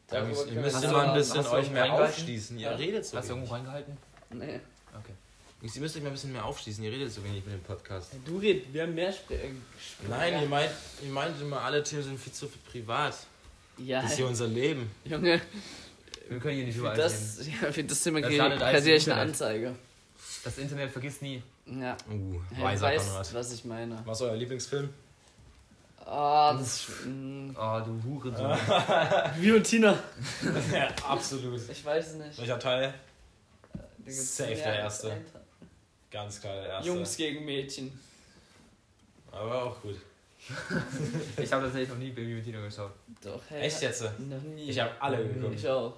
[SPEAKER 1] Darüber
[SPEAKER 4] Ihr
[SPEAKER 1] können wir-
[SPEAKER 4] müsst
[SPEAKER 1] Hast du
[SPEAKER 4] mal ein
[SPEAKER 1] noch-
[SPEAKER 4] bisschen
[SPEAKER 3] hast du
[SPEAKER 4] euch
[SPEAKER 3] noch
[SPEAKER 4] mehr
[SPEAKER 3] reingehalten?
[SPEAKER 4] aufschließen. Ihr redet so
[SPEAKER 3] Hast du
[SPEAKER 4] wenig.
[SPEAKER 3] irgendwo reingehalten?
[SPEAKER 1] Nee.
[SPEAKER 4] Jungs, Ihr müsst euch mal ein bisschen mehr aufschließen. Ihr redet so wenig mit dem Podcast.
[SPEAKER 1] Du redest, wir haben mehr äh, Sprechen.
[SPEAKER 4] Nein, ihr meint, ihr meint immer, alle Themen sind viel zu privat.
[SPEAKER 1] Ja,
[SPEAKER 4] Das ist hier unser Leben.
[SPEAKER 1] Junge,
[SPEAKER 3] Wir können hier nicht
[SPEAKER 1] für
[SPEAKER 3] überall hin.
[SPEAKER 1] das, ja, für das Thema
[SPEAKER 3] Das
[SPEAKER 1] kriege-
[SPEAKER 3] landet alles
[SPEAKER 1] kassiere
[SPEAKER 3] im
[SPEAKER 1] ich eine
[SPEAKER 3] Internet.
[SPEAKER 1] Anzeige.
[SPEAKER 3] Das Internet vergisst nie.
[SPEAKER 1] Ja,
[SPEAKER 4] Uh,
[SPEAKER 1] Ja, du
[SPEAKER 4] weiser
[SPEAKER 1] weißt,
[SPEAKER 4] Konrad.
[SPEAKER 1] was ich meine.
[SPEAKER 4] Was ist euer Lieblingsfilm?
[SPEAKER 1] Ah, das ist, mm. mh,
[SPEAKER 3] Oh, du Hurensohn.
[SPEAKER 1] Wie und Tina.
[SPEAKER 4] ja, absolut.
[SPEAKER 1] Ich weiß nicht.
[SPEAKER 4] Welcher Teil?
[SPEAKER 1] Da gibt's
[SPEAKER 4] Safe
[SPEAKER 1] mehr
[SPEAKER 4] der
[SPEAKER 1] als
[SPEAKER 4] erste.
[SPEAKER 1] ein Teil.
[SPEAKER 4] Ganz klar, der erste.
[SPEAKER 1] Jungs gegen Mädchen.
[SPEAKER 4] Aber auch gut.
[SPEAKER 3] Ich habe tatsächlich noch nie Baby mit Tina geschaut.
[SPEAKER 1] Doch, hey.
[SPEAKER 4] Echt jetzt?
[SPEAKER 1] Noch nie.
[SPEAKER 4] Ich habe alle geguckt.
[SPEAKER 1] Ich auch.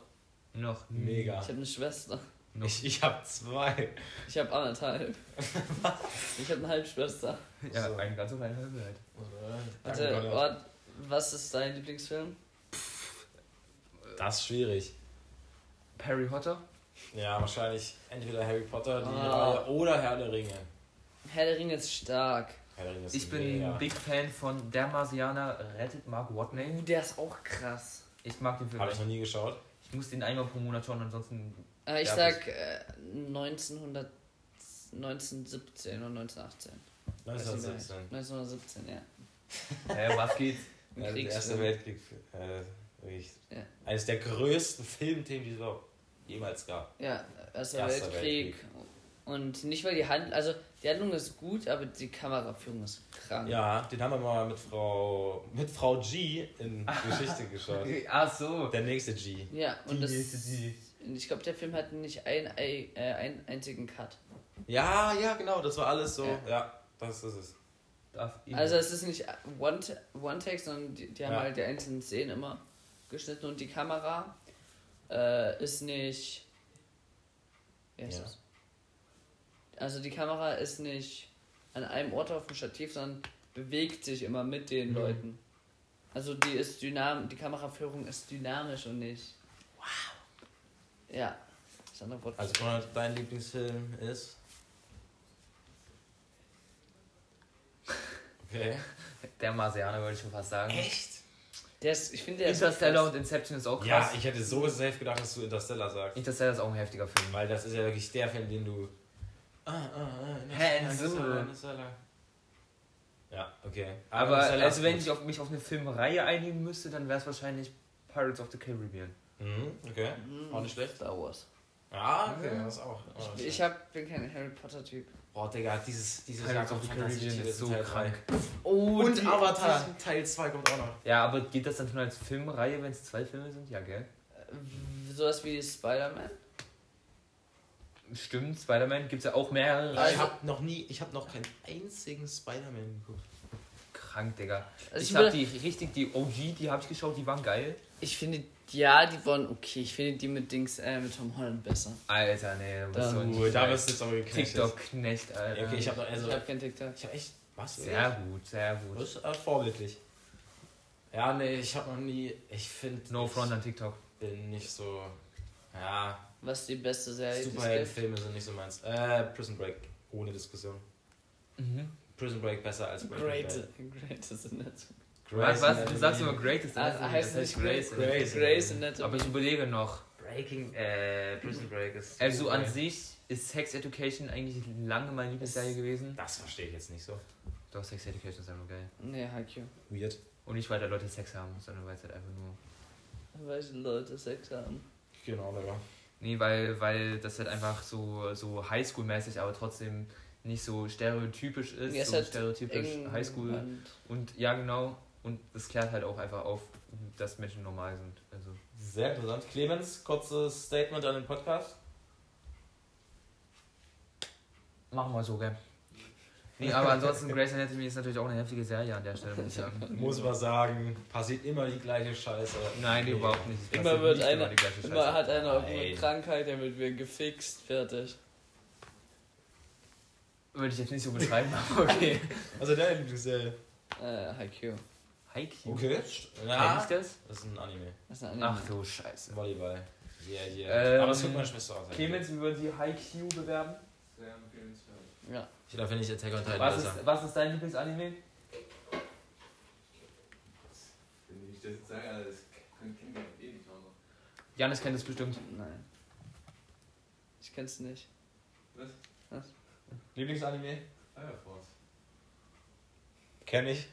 [SPEAKER 3] Noch nie.
[SPEAKER 4] Mega.
[SPEAKER 1] Ich habe eine Schwester.
[SPEAKER 3] Noch.
[SPEAKER 4] Ich, ich habe zwei.
[SPEAKER 1] Ich habe anderthalb. Ich habe eine Halbschwester.
[SPEAKER 3] Ja,
[SPEAKER 4] So.
[SPEAKER 3] ein ganz so kleiner Himmel halt.
[SPEAKER 1] Warte, Ort, was ist dein Lieblingsfilm?
[SPEAKER 4] Das ist schwierig.
[SPEAKER 3] Harry Potter?
[SPEAKER 4] Ja, wahrscheinlich entweder Harry Potter, die
[SPEAKER 1] Ah.
[SPEAKER 4] Reihe oder Herr der Ringe.
[SPEAKER 1] Herr der Ringe ist stark.
[SPEAKER 4] Herr der Ringe ist
[SPEAKER 3] Ich bin
[SPEAKER 4] mega.
[SPEAKER 3] Big Fan von Der Marsianer rettet Mark Watney.
[SPEAKER 1] Uh, der ist auch krass.
[SPEAKER 3] Ich mag den Film.
[SPEAKER 4] Habe ich noch nie geschaut.
[SPEAKER 3] Ich muss den einmal pro Monat schauen, ansonsten
[SPEAKER 1] Äh, ich
[SPEAKER 3] Ja,
[SPEAKER 1] sag äh, 1900, 1917 oder 1918.
[SPEAKER 4] 1917.
[SPEAKER 1] 1917, ja.
[SPEAKER 3] Hä, was geht?
[SPEAKER 1] Ein
[SPEAKER 4] Ja, der Erste
[SPEAKER 1] Kriegsfilm.
[SPEAKER 4] Weltkrieg. Äh, wirklich.
[SPEAKER 1] Ja.
[SPEAKER 4] Eines der größten Filmthemen, die es überhaupt jemals gab.
[SPEAKER 1] Ja, Erster,
[SPEAKER 4] Erster
[SPEAKER 1] Weltkrieg. Und nicht, weil die Handlung, also die Handlung ist gut, aber die Kameraführung ist krank.
[SPEAKER 4] Ja, den haben wir mal mit Frau, mit Frau G in Geschichte geschaut.
[SPEAKER 3] Ach so.
[SPEAKER 4] Der nächste G.
[SPEAKER 1] Ja, und das,
[SPEAKER 3] nächste, die-
[SPEAKER 1] ich glaube, der Film hat nicht ein, ei- äh, einen einzigen Cut.
[SPEAKER 4] Ja, ja, genau, das war alles so.
[SPEAKER 1] Ja.
[SPEAKER 4] Ja, das ist es.
[SPEAKER 3] Darf ich-
[SPEAKER 1] Also es ist nicht One, Ta- one Take, sondern die, die haben
[SPEAKER 4] Ja.
[SPEAKER 1] halt die einzelnen Szenen immer geschnitten und die Kamera äh, ist nicht. Wie heißt
[SPEAKER 4] Ja.
[SPEAKER 1] das? Also die Kamera ist nicht an einem Ort auf dem Stativ, sondern bewegt sich immer mit den Leuten. Also die ist dynam die Kameraführung ist dynamisch und nicht. Wow. Ja. Das andere Wort.
[SPEAKER 4] Also, Konrad, dein Lieblingsfilm ist? Okay.
[SPEAKER 3] Der Marsianer würde ich schon fast sagen.
[SPEAKER 4] Echt?
[SPEAKER 1] der ist, ich finde der ist so
[SPEAKER 3] Interstellar
[SPEAKER 1] krass.
[SPEAKER 3] und Inception ist auch
[SPEAKER 4] Ja,
[SPEAKER 3] krass.
[SPEAKER 4] ich hätte so safe gedacht, dass du Interstellar sagst.
[SPEAKER 3] Interstellar ist auch ein heftiger Film.
[SPEAKER 4] Weil das ist ja wirklich der Film, den du. Ah, ah, ah,
[SPEAKER 3] Hä,
[SPEAKER 4] Interstellar,
[SPEAKER 3] so.
[SPEAKER 4] Interstellar, Interstellar. Ja, okay.
[SPEAKER 3] Aber
[SPEAKER 4] Interstellar
[SPEAKER 3] also
[SPEAKER 4] ist
[SPEAKER 3] wenn
[SPEAKER 4] gut.
[SPEAKER 3] ich auf, mich auf eine Filmreihe einigen müsste, dann wäre es wahrscheinlich Pirates of the Caribbean.
[SPEAKER 4] Mhm, okay. Auch nicht schlecht.
[SPEAKER 1] Star Wars.
[SPEAKER 4] Ah, okay, das auch. Oh, das
[SPEAKER 1] Ich hab, bin kein Harry Potter Typ.
[SPEAKER 4] Boah, Digga, dieses, dieses
[SPEAKER 3] Pirates of the
[SPEAKER 4] kommt fantastisch
[SPEAKER 3] Caribbean
[SPEAKER 4] tief
[SPEAKER 3] ist so
[SPEAKER 4] in Teil drei.
[SPEAKER 3] krank.
[SPEAKER 1] Oh,
[SPEAKER 4] Und
[SPEAKER 1] die-
[SPEAKER 4] Avatar Teil 2 kommt auch noch.
[SPEAKER 3] Ja, aber geht das dann schon als Filmreihe, wenn es zwei Filme sind? Ja, gell?
[SPEAKER 1] W- Sowas wie Spider-Man?
[SPEAKER 3] Stimmt, Spider-Man gibt es ja auch mehrere.
[SPEAKER 1] Also-
[SPEAKER 4] ich hab noch nie, ich hab noch keinen einzigen Spider-Man geguckt.
[SPEAKER 3] Krank, Digga.
[SPEAKER 1] Also ich
[SPEAKER 3] ich habe
[SPEAKER 1] würde-
[SPEAKER 3] die richtig, die OG, die habe ich geschaut, die waren geil.
[SPEAKER 1] Ich finde, ja, die waren okay. Ich finde die mit Dings, äh, mit Tom Holland besser. Also
[SPEAKER 3] Alter, nee, du bist
[SPEAKER 1] Da-
[SPEAKER 3] so
[SPEAKER 4] Also
[SPEAKER 3] ein
[SPEAKER 4] du jetzt aber gekriegt.
[SPEAKER 3] TikTok-Knecht, Alter.
[SPEAKER 4] Ja, okay, ich hab noch, also,
[SPEAKER 1] Ich hab kein TikTok.
[SPEAKER 4] ich hab echt, was?
[SPEAKER 3] sehr gut, sehr
[SPEAKER 4] Das
[SPEAKER 3] gut.
[SPEAKER 4] ist äh, vorbildlich. Ja, nee, ich hab noch nie, ich find,
[SPEAKER 3] No front an TikTok.
[SPEAKER 4] ich bin nicht so, ja,
[SPEAKER 1] Was die beste
[SPEAKER 4] Äh,
[SPEAKER 1] Serie die es gibt.
[SPEAKER 4] Superheldenfilme sind nicht so meins. Äh, Prison Break, ohne Diskussion. Prison Break besser als Breaking
[SPEAKER 1] Great.
[SPEAKER 4] Bad.
[SPEAKER 1] Great ist in der Zukunft.
[SPEAKER 3] Was, was, du
[SPEAKER 4] Anatomy.
[SPEAKER 3] sagst immer Greatest
[SPEAKER 1] Also,
[SPEAKER 3] Anatomy,
[SPEAKER 1] heißt
[SPEAKER 3] das
[SPEAKER 1] nicht Grace.
[SPEAKER 3] heißt Grey's Anatomy.
[SPEAKER 1] Grace,
[SPEAKER 4] Grey's
[SPEAKER 1] in der
[SPEAKER 3] Aber
[SPEAKER 1] Zukunft.
[SPEAKER 3] ich überlege noch.
[SPEAKER 4] Breaking, äh, Prison Break ist.
[SPEAKER 3] Also an sich ist Sex Education eigentlich lange meine Lieblingsserie gewesen.
[SPEAKER 4] Das verstehe ich jetzt nicht so.
[SPEAKER 3] Doch, Sex Education ist einfach geil.
[SPEAKER 1] Nee, HQ.
[SPEAKER 4] Weird.
[SPEAKER 3] Und nicht, weil da Leute Sex haben, sondern weil es halt einfach nur...
[SPEAKER 1] Weil die Leute Sex haben.
[SPEAKER 4] Genau, Digga.
[SPEAKER 3] Nee, weil, weil das halt einfach so, so Highschool-mäßig, aber trotzdem nicht so stereotypisch ist.
[SPEAKER 1] Ja, es
[SPEAKER 3] so
[SPEAKER 1] hat
[SPEAKER 3] stereotypisch
[SPEAKER 1] Eng-
[SPEAKER 3] Highschool.
[SPEAKER 1] und-
[SPEAKER 3] Und ja, genau. Und das klärt halt auch einfach auf, dass Menschen normal sind. Also,
[SPEAKER 4] Sehr interessant. Clemens, kurzes Statement an den Podcast.
[SPEAKER 3] machen wir so, gell? Nee, aber ansonsten, Grey's Anatomy ist natürlich auch eine heftige Serie an der Stelle, muss ich sagen.
[SPEAKER 4] Muss aber sagen, passiert immer die gleiche Scheiße.
[SPEAKER 3] Nein, nee, überhaupt nicht. Es
[SPEAKER 1] Immer
[SPEAKER 3] passiert
[SPEAKER 1] wird
[SPEAKER 3] nicht
[SPEAKER 1] einer,
[SPEAKER 3] die gleiche Scheiße.
[SPEAKER 1] immer hat einer
[SPEAKER 4] Nein.
[SPEAKER 1] irgendeine Krankheit, der wird wieder gefixt, fertig.
[SPEAKER 3] Würde ich jetzt nicht so beschreiben, aber okay.
[SPEAKER 2] Also deine Lieblingsserie.
[SPEAKER 1] Äh, Haikyuu.
[SPEAKER 3] Haikyuu.
[SPEAKER 2] Okay.
[SPEAKER 3] Kenn ich
[SPEAKER 2] Ja.
[SPEAKER 3] das?
[SPEAKER 2] Das ist ein Anime.
[SPEAKER 1] Das ist ein Anime.
[SPEAKER 3] Ach du Scheiße.
[SPEAKER 2] Volleyball. Yeah, yeah.
[SPEAKER 3] Ähm,
[SPEAKER 2] Aber das guckt meine Schwester auch.
[SPEAKER 3] Clemens, wie würden Sie Haikyuu bewerben?
[SPEAKER 1] Ja.
[SPEAKER 2] Ich darf ja nicht Attack on Titan
[SPEAKER 3] Was
[SPEAKER 2] besser.
[SPEAKER 3] ist, was ist dein Lieblingsanime?
[SPEAKER 4] Wenn ich das jetzt sage, Alter, das kann kein Kind eh nicht machen.
[SPEAKER 3] Janis kennt es bestimmt.
[SPEAKER 1] Nein. Ich kenn's nicht.
[SPEAKER 2] Lieblingsanime?
[SPEAKER 4] Fireforce.
[SPEAKER 2] Kenn ich.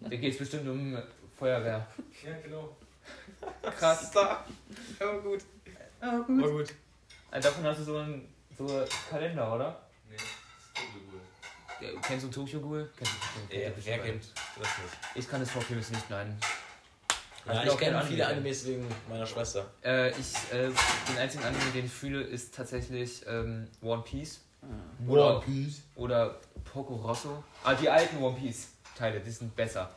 [SPEAKER 3] Da geht es bestimmt um Feuerwehr.
[SPEAKER 4] Ja, genau.
[SPEAKER 3] Krass.
[SPEAKER 1] Oh, gut.
[SPEAKER 2] War gut.
[SPEAKER 3] Also davon hast du so einen so einen Kalender, oder?
[SPEAKER 4] Nee, das ist Doppelgul.
[SPEAKER 3] Ja, Kennst du Tokyo Ghoul? Kennst du Tokyo Ghoul?
[SPEAKER 2] Wer
[SPEAKER 3] Kennt ihr bestimmt.
[SPEAKER 2] kennt das nicht?
[SPEAKER 3] Ich kann das vor Clemens nicht, nein.
[SPEAKER 2] Ja,
[SPEAKER 3] bin
[SPEAKER 2] ich
[SPEAKER 3] auch kein
[SPEAKER 2] kenne viele
[SPEAKER 3] Anime-Fan.
[SPEAKER 2] Animes wegen meiner Schwester.
[SPEAKER 3] Äh, ich, äh, den einzigen Anime, den ich fühle, ist tatsächlich ähm, One Piece. Oder-
[SPEAKER 2] Piece.
[SPEAKER 3] Oder Poco Rosso. Ah, die alten One Piece-Teile, die sind besser.
[SPEAKER 4] Ja,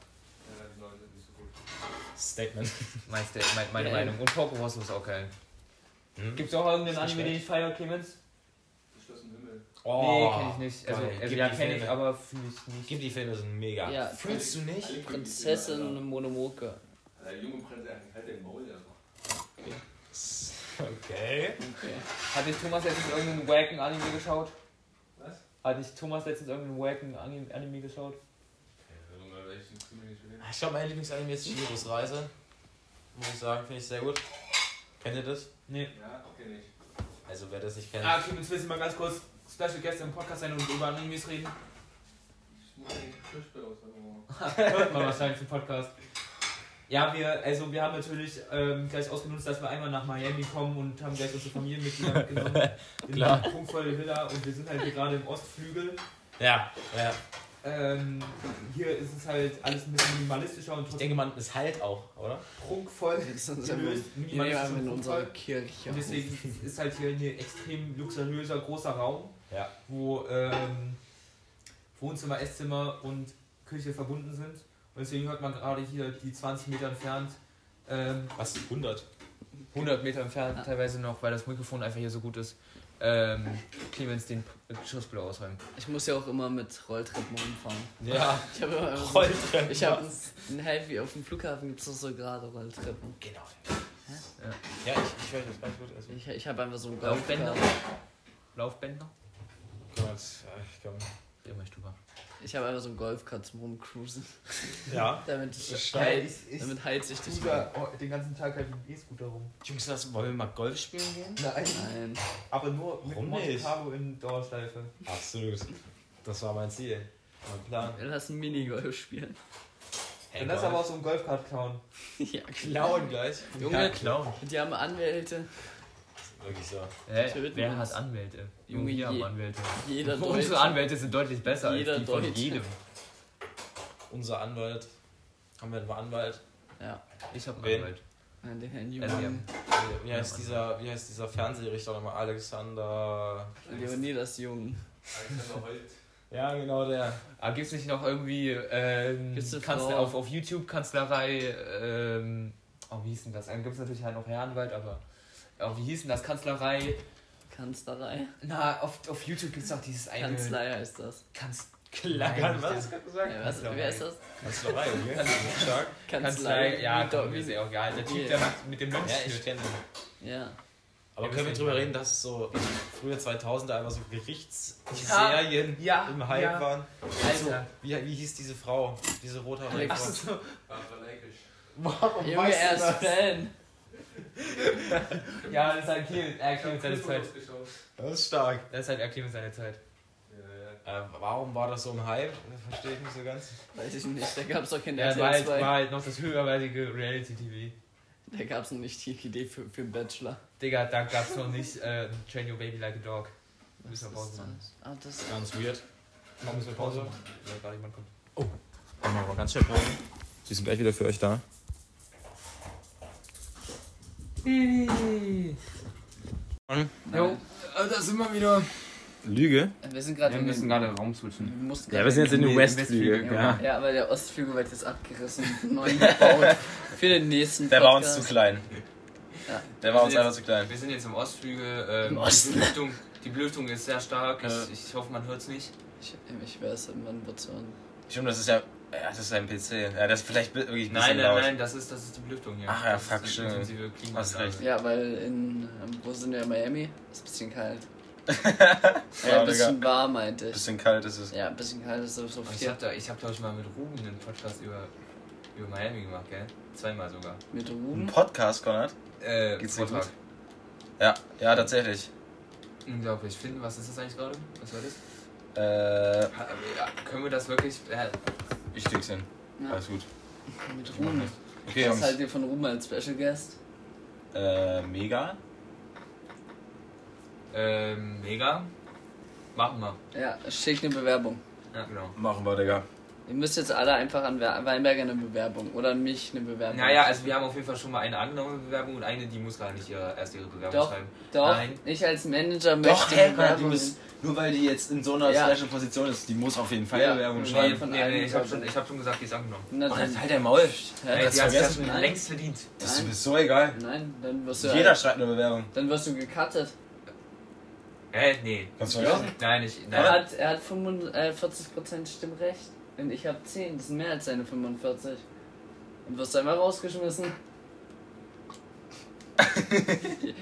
[SPEAKER 4] die neuen sind nicht so gut.
[SPEAKER 2] Statement.
[SPEAKER 3] Meinst du, mein, meine
[SPEAKER 1] Ja,
[SPEAKER 3] Meinung. Und Poco Rosso ist auch geil.
[SPEAKER 2] Hm?
[SPEAKER 3] Gibt's auch irgendeinen
[SPEAKER 2] Ist nicht
[SPEAKER 3] Anime, den ich feiere, Clemens?
[SPEAKER 4] Geschlossen Himmel.
[SPEAKER 3] nee, kenne ich nicht. Also,
[SPEAKER 2] geil.
[SPEAKER 3] also
[SPEAKER 2] Gib
[SPEAKER 3] ja,
[SPEAKER 2] die
[SPEAKER 3] kenne ich,
[SPEAKER 2] Filme.
[SPEAKER 3] aber fühle ich nicht.
[SPEAKER 2] Oh. Gib die Filme sind mega.
[SPEAKER 1] Ja,
[SPEAKER 2] Fühlst du nicht?
[SPEAKER 4] Alle können die Filme,
[SPEAKER 1] Prinzessin Monomoke.
[SPEAKER 4] Alter. Alter, junge Prinzessin, halt den Maul einfach.
[SPEAKER 2] Okay.
[SPEAKER 1] Okay.
[SPEAKER 3] Hat nicht Thomas letztens irgendeinen wacken Anime geschaut?
[SPEAKER 4] Was?
[SPEAKER 3] Hat nicht Thomas letztens irgendeinen wacken Anime, Anime geschaut?
[SPEAKER 4] Ja, Junge, Alter, ich bin ziemlich schön.
[SPEAKER 2] Ich glaube, mein Lieblingsanime ist Shiros Reise. Muss ich sagen, finde ich sehr gut. Kennt ihr das?
[SPEAKER 3] Nee.
[SPEAKER 4] Ja, okay, nicht.
[SPEAKER 2] Also, wer das nicht kennt.
[SPEAKER 3] Ah, okay, jetzt willst du mal ganz kurz Special Guest im Podcast sein und über Animes reden.
[SPEAKER 4] Ich muss den Kirschbär aus der Mauer.
[SPEAKER 3] Hört man wahrscheinlich im Podcast. Ja, wir, also wir haben natürlich ähm, gleich ausgenutzt, dass wir einmal nach Miami kommen und haben gleich unsere Familienmitglieder mitgenommen. In
[SPEAKER 2] Klar.
[SPEAKER 3] die prunkvolle Villa und wir sind halt hier gerade im Ostflügel.
[SPEAKER 2] Ja, ja.
[SPEAKER 3] Ähm, hier ist es halt alles ein bisschen minimalistischer und
[SPEAKER 2] Ich
[SPEAKER 3] trotzdem
[SPEAKER 2] denke, man ist halt auch, oder?
[SPEAKER 3] prunkvoll
[SPEAKER 1] Jetzt sind wir
[SPEAKER 3] gelöst.
[SPEAKER 1] wir nehmen
[SPEAKER 3] Minimalistisch
[SPEAKER 1] einfach in
[SPEAKER 3] und
[SPEAKER 1] unsere
[SPEAKER 3] prunkvoll.
[SPEAKER 1] Kirche.
[SPEAKER 3] Und deswegen ist halt hier ein extrem luxuriöser, großer Raum,
[SPEAKER 2] Ja.
[SPEAKER 3] wo ähm, Wohnzimmer, Esszimmer und Küche verbunden sind. Und deswegen hört man gerade hier die 20 Meter entfernt, ähm,
[SPEAKER 2] Was? 100?
[SPEAKER 3] 100 Meter entfernt teilweise noch, weil das Mikrofon einfach hier so gut ist, ähm, Clemens den P- Schussbüller ausräumen.
[SPEAKER 1] Ich muss ja auch immer mit Rolltreppen rumfahren.
[SPEAKER 2] Ja.
[SPEAKER 1] Ich habe immer so,
[SPEAKER 2] Rolltreppen.
[SPEAKER 1] ich habe ein Heavy auf dem Flughafen gibt es so gerade Rolltreppen.
[SPEAKER 2] Genau. Ja, ich, ich höre das ganz gut. Also,
[SPEAKER 1] Ich, ich habe einfach so einen
[SPEAKER 3] Laufbänder?
[SPEAKER 1] Golfkart.
[SPEAKER 3] Laufbänder?
[SPEAKER 2] Gott, ich komm.
[SPEAKER 3] Immer drüber.
[SPEAKER 1] Ich habe einfach so einen Golfkart zum Rumcruisen.
[SPEAKER 2] Ja.
[SPEAKER 1] Damit ich
[SPEAKER 2] Steil.
[SPEAKER 1] heiz, damit heiz ich dich.
[SPEAKER 3] Scooter, oh, den ganzen Tag halt mit dem E-Scooter rum.
[SPEAKER 2] Jungs, lass, wollen wir mal Golf spielen gehen?
[SPEAKER 3] Nein.
[SPEAKER 1] Nein.
[SPEAKER 3] Aber nur mit
[SPEAKER 2] Warum
[SPEAKER 3] Monte
[SPEAKER 2] nicht?
[SPEAKER 3] Carlo in Dauerschleife.
[SPEAKER 2] Absolut. Das war mein Ziel. Mein Plan.
[SPEAKER 1] Lass einen Minigolf spielen.
[SPEAKER 2] Hey,
[SPEAKER 3] Dann lass aber auch so einen Golfkart klauen.
[SPEAKER 1] ja, klar.
[SPEAKER 2] klauen gleich.
[SPEAKER 1] Junge.
[SPEAKER 2] Ja, klauen.
[SPEAKER 1] Die haben Anwälte.
[SPEAKER 2] Wirklich so.
[SPEAKER 3] Hä?
[SPEAKER 1] Töten
[SPEAKER 3] Wer
[SPEAKER 1] wir
[SPEAKER 3] hat
[SPEAKER 1] uns.
[SPEAKER 3] Anwälte?
[SPEAKER 1] Junge,
[SPEAKER 3] wir haben
[SPEAKER 1] je-
[SPEAKER 3] Anwälte.
[SPEAKER 1] Jeder Deutsche.
[SPEAKER 3] Unsere Anwälte sind deutlich besser
[SPEAKER 1] Jeder
[SPEAKER 3] als die von
[SPEAKER 1] Deutsche.
[SPEAKER 3] jedem.
[SPEAKER 2] Unser Anwalt. Haben wir einen Anwalt?
[SPEAKER 1] Ja,
[SPEAKER 3] Ich habe einen
[SPEAKER 2] Wen?
[SPEAKER 3] Anwalt.
[SPEAKER 1] an den Herrn
[SPEAKER 3] Also,
[SPEAKER 1] Jungen.
[SPEAKER 2] Wie- Wie heißt dieser, wie heißt dieser Fernsehrichter nochmal? Alexander.
[SPEAKER 1] Leonidas Jung.
[SPEAKER 4] Alexander Holt.
[SPEAKER 2] Ja, genau der.
[SPEAKER 3] Aber Ah, gibt's nicht noch irgendwie ähm,
[SPEAKER 1] Gibt's eine
[SPEAKER 3] Kanzler,
[SPEAKER 1] Frau?
[SPEAKER 3] auf, auf YouTube Kanzlerei, ähm, oh, wie hieß denn das? Dann gibt's natürlich halt noch Herrn Anwalt, aber oh, wie hieß denn das? Kanzlerei,
[SPEAKER 1] Kanzlerei.
[SPEAKER 3] na, auf, auf YouTube gibt's noch dieses eine
[SPEAKER 1] Kanzlei heißt das.
[SPEAKER 3] Kanz
[SPEAKER 2] Klagern,
[SPEAKER 3] Nein,
[SPEAKER 2] was?
[SPEAKER 1] Ja, was, wer ist das?
[SPEAKER 2] Kanzlerei, okay. Stark.
[SPEAKER 3] Kanzlei, ja,
[SPEAKER 1] Wie-
[SPEAKER 3] komm,
[SPEAKER 1] wie-
[SPEAKER 3] mir ist ja auch egal. Der Typ,
[SPEAKER 1] wie-
[SPEAKER 3] der mit- mit dem Mönch
[SPEAKER 2] Ja, ich kenne den.
[SPEAKER 1] Ja.
[SPEAKER 2] Aber
[SPEAKER 3] Ja,
[SPEAKER 2] können wir
[SPEAKER 3] das
[SPEAKER 2] drüber
[SPEAKER 3] kenn ich.
[SPEAKER 2] reden, dass so früher 2000 da einfach so Gerichtsserien
[SPEAKER 3] Ja,
[SPEAKER 2] im Hype
[SPEAKER 3] ja.
[SPEAKER 2] waren? Also,
[SPEAKER 3] Alter.
[SPEAKER 2] wie, wie hieß diese Frau? Diese rothaarige
[SPEAKER 1] Alex-
[SPEAKER 2] Frau?
[SPEAKER 4] Barbara Leikisch.
[SPEAKER 2] Warum
[SPEAKER 1] Junge, er ist Fan.
[SPEAKER 3] Ja, das ist halt Clemens, er Clemens seine
[SPEAKER 4] Kurz mal
[SPEAKER 3] Zeit.
[SPEAKER 4] rausgeschaut.
[SPEAKER 2] Das ist stark.
[SPEAKER 3] Das ist halt er Clemens seine Zeit.
[SPEAKER 4] Ja, ja.
[SPEAKER 2] Äh, warum war das so im Hype? Das verstehe ich nicht so ganz.
[SPEAKER 1] Weiß ich nicht, da gab's doch kein
[SPEAKER 3] Der war
[SPEAKER 1] RTL
[SPEAKER 3] halt,
[SPEAKER 1] 2.
[SPEAKER 3] war halt noch das höherwertige Reality-TV.
[SPEAKER 1] Da gab's noch nicht die Idee für, für einen Bachelor.
[SPEAKER 3] Digga, da gab's noch nicht äh, Train Your Baby Like a Dog. Wir müssen wir Pause machen.
[SPEAKER 1] das? Ah, das
[SPEAKER 2] Ganz weird.
[SPEAKER 3] Machen wir Pause machen? Weil gerade jemand kommt.
[SPEAKER 2] Machen wir mal ganz schnell Pause. Wir sind gleich wieder für euch da.
[SPEAKER 6] Hm?
[SPEAKER 1] Jo.
[SPEAKER 2] da sind wir wieder. Lüge?
[SPEAKER 1] Wir sind gerade in den-
[SPEAKER 6] gerade Raum switchen.
[SPEAKER 1] wir mussten
[SPEAKER 7] Ja, wir sind jetzt in den
[SPEAKER 6] Nee,
[SPEAKER 7] Westflügel. genau.
[SPEAKER 6] Westflügel,
[SPEAKER 7] Ja.
[SPEAKER 1] ja, aber der Ostflügel wird jetzt abgerissen. Neu gebaut. Für den nächsten
[SPEAKER 7] Der war uns zu
[SPEAKER 1] Podcast.
[SPEAKER 7] klein.
[SPEAKER 1] Ja.
[SPEAKER 7] Der war uns
[SPEAKER 6] Wir sind
[SPEAKER 7] einfach zu klein.
[SPEAKER 6] Wir sind jetzt im Ostflügel. ähm,
[SPEAKER 1] Im Osten.
[SPEAKER 6] Die Belüftung, die Belüftung ist sehr stark.
[SPEAKER 7] Ja.
[SPEAKER 6] Ich, ich hoffe, man hört es nicht.
[SPEAKER 1] Ich, ich weiß, man wird so ein.
[SPEAKER 2] Stimmt, das ist ja. Ja, das ist ein PC. Ja, das ist vielleicht be- wirklich ein bisschen
[SPEAKER 3] Nein, nein,
[SPEAKER 2] laut.
[SPEAKER 3] nein, das ist, das ist die Belüftung hier.
[SPEAKER 2] Ach ja,
[SPEAKER 3] Das
[SPEAKER 2] fuck,
[SPEAKER 3] ist die
[SPEAKER 2] stimmt.
[SPEAKER 3] intensive
[SPEAKER 2] Hast
[SPEAKER 3] Klimaanlage.
[SPEAKER 2] recht.
[SPEAKER 1] Ja, weil in. ähm, Wo sind wir? In Miami? Ist ein bisschen kalt.
[SPEAKER 2] Ja,
[SPEAKER 1] Ja, ein bisschen warm, meinte ich.
[SPEAKER 2] Bisschen kalt ist es.
[SPEAKER 1] Ja, ein bisschen kalt ist so
[SPEAKER 3] Aber Ich
[SPEAKER 1] viel.
[SPEAKER 3] hab, da, ich hab glaube ich mal mit Ruben einen Podcast über, über Miami gemacht, gell? Zweimal sogar.
[SPEAKER 1] Mit
[SPEAKER 2] Ein
[SPEAKER 1] Ruhm.
[SPEAKER 2] Podcast, Konrad?
[SPEAKER 3] Äh,
[SPEAKER 2] Geht's dir
[SPEAKER 3] Vortrag.
[SPEAKER 2] gut? Ja, ja, tatsächlich.
[SPEAKER 3] Unglaublich. Finden, was ist das eigentlich gerade? Was war das?
[SPEAKER 2] Äh,
[SPEAKER 3] Ha- Ja, können wir das wirklich. Äh,
[SPEAKER 2] ich krieg's hin.
[SPEAKER 1] Ja.
[SPEAKER 2] Alles gut.
[SPEAKER 1] Mit Ruhm.
[SPEAKER 2] Hm. Also, Okay,
[SPEAKER 1] Was
[SPEAKER 2] Jungs.
[SPEAKER 1] haltet ihr von Ruhm als Special Guest?
[SPEAKER 2] Äh, mega.
[SPEAKER 3] ähm, mega. Machen wir.
[SPEAKER 1] Ja, schickt eine Bewerbung.
[SPEAKER 3] Ja, genau.
[SPEAKER 2] Machen wir, Digga.
[SPEAKER 1] Ihr müsst jetzt alle einfach an Wer- Weinberger eine Bewerbung oder an mich eine Bewerbung.
[SPEAKER 3] Naja, also wir haben auf jeden Fall schon mal eine angenommene Bewerbung und eine, die muss gar nicht ihre, erst ihre Bewerbung
[SPEAKER 1] Doch.
[SPEAKER 3] schreiben.
[SPEAKER 1] Doch,
[SPEAKER 3] Nein.
[SPEAKER 1] ich als Manager
[SPEAKER 2] Doch,
[SPEAKER 1] möchte
[SPEAKER 2] hey, Konrad, du
[SPEAKER 1] Bewerbungen.
[SPEAKER 2] bist, nur weil die jetzt in so einer
[SPEAKER 1] Ja.
[SPEAKER 2] special Position ist, die muss auf jeden Fall
[SPEAKER 1] Ja.
[SPEAKER 2] Bewerbung
[SPEAKER 1] Nee.
[SPEAKER 2] schreiben.
[SPEAKER 1] Von
[SPEAKER 3] Nee, nee,
[SPEAKER 1] allen
[SPEAKER 3] äh, ich hab,
[SPEAKER 1] Seiten.
[SPEAKER 3] schon, ich hab schon gesagt, die ist angenommen.
[SPEAKER 1] Na,
[SPEAKER 2] Oh,
[SPEAKER 1] dann,
[SPEAKER 2] jetzt halt dein Maul.
[SPEAKER 1] Hä?
[SPEAKER 3] Ey,
[SPEAKER 2] Kannst
[SPEAKER 3] die hat das
[SPEAKER 2] vergessen.
[SPEAKER 3] schon
[SPEAKER 1] Nein.
[SPEAKER 3] längst verdient.
[SPEAKER 2] Das ist
[SPEAKER 1] Nein.
[SPEAKER 2] sowieso egal.
[SPEAKER 1] nein, dann wirst
[SPEAKER 3] äh,
[SPEAKER 1] du
[SPEAKER 2] Jeder schreibt eine Bewerbung.
[SPEAKER 1] dann wirst du gecuttet.
[SPEAKER 3] Hä? nee.
[SPEAKER 2] Kannst du vergessen?
[SPEAKER 3] Nein, ich.
[SPEAKER 1] Er
[SPEAKER 3] Nein.
[SPEAKER 1] hat, er hat 45% äh, 40% Stimmrecht und ich habe 10, das sind mehr als seine 45. Und wirst einmal rausgeschmissen.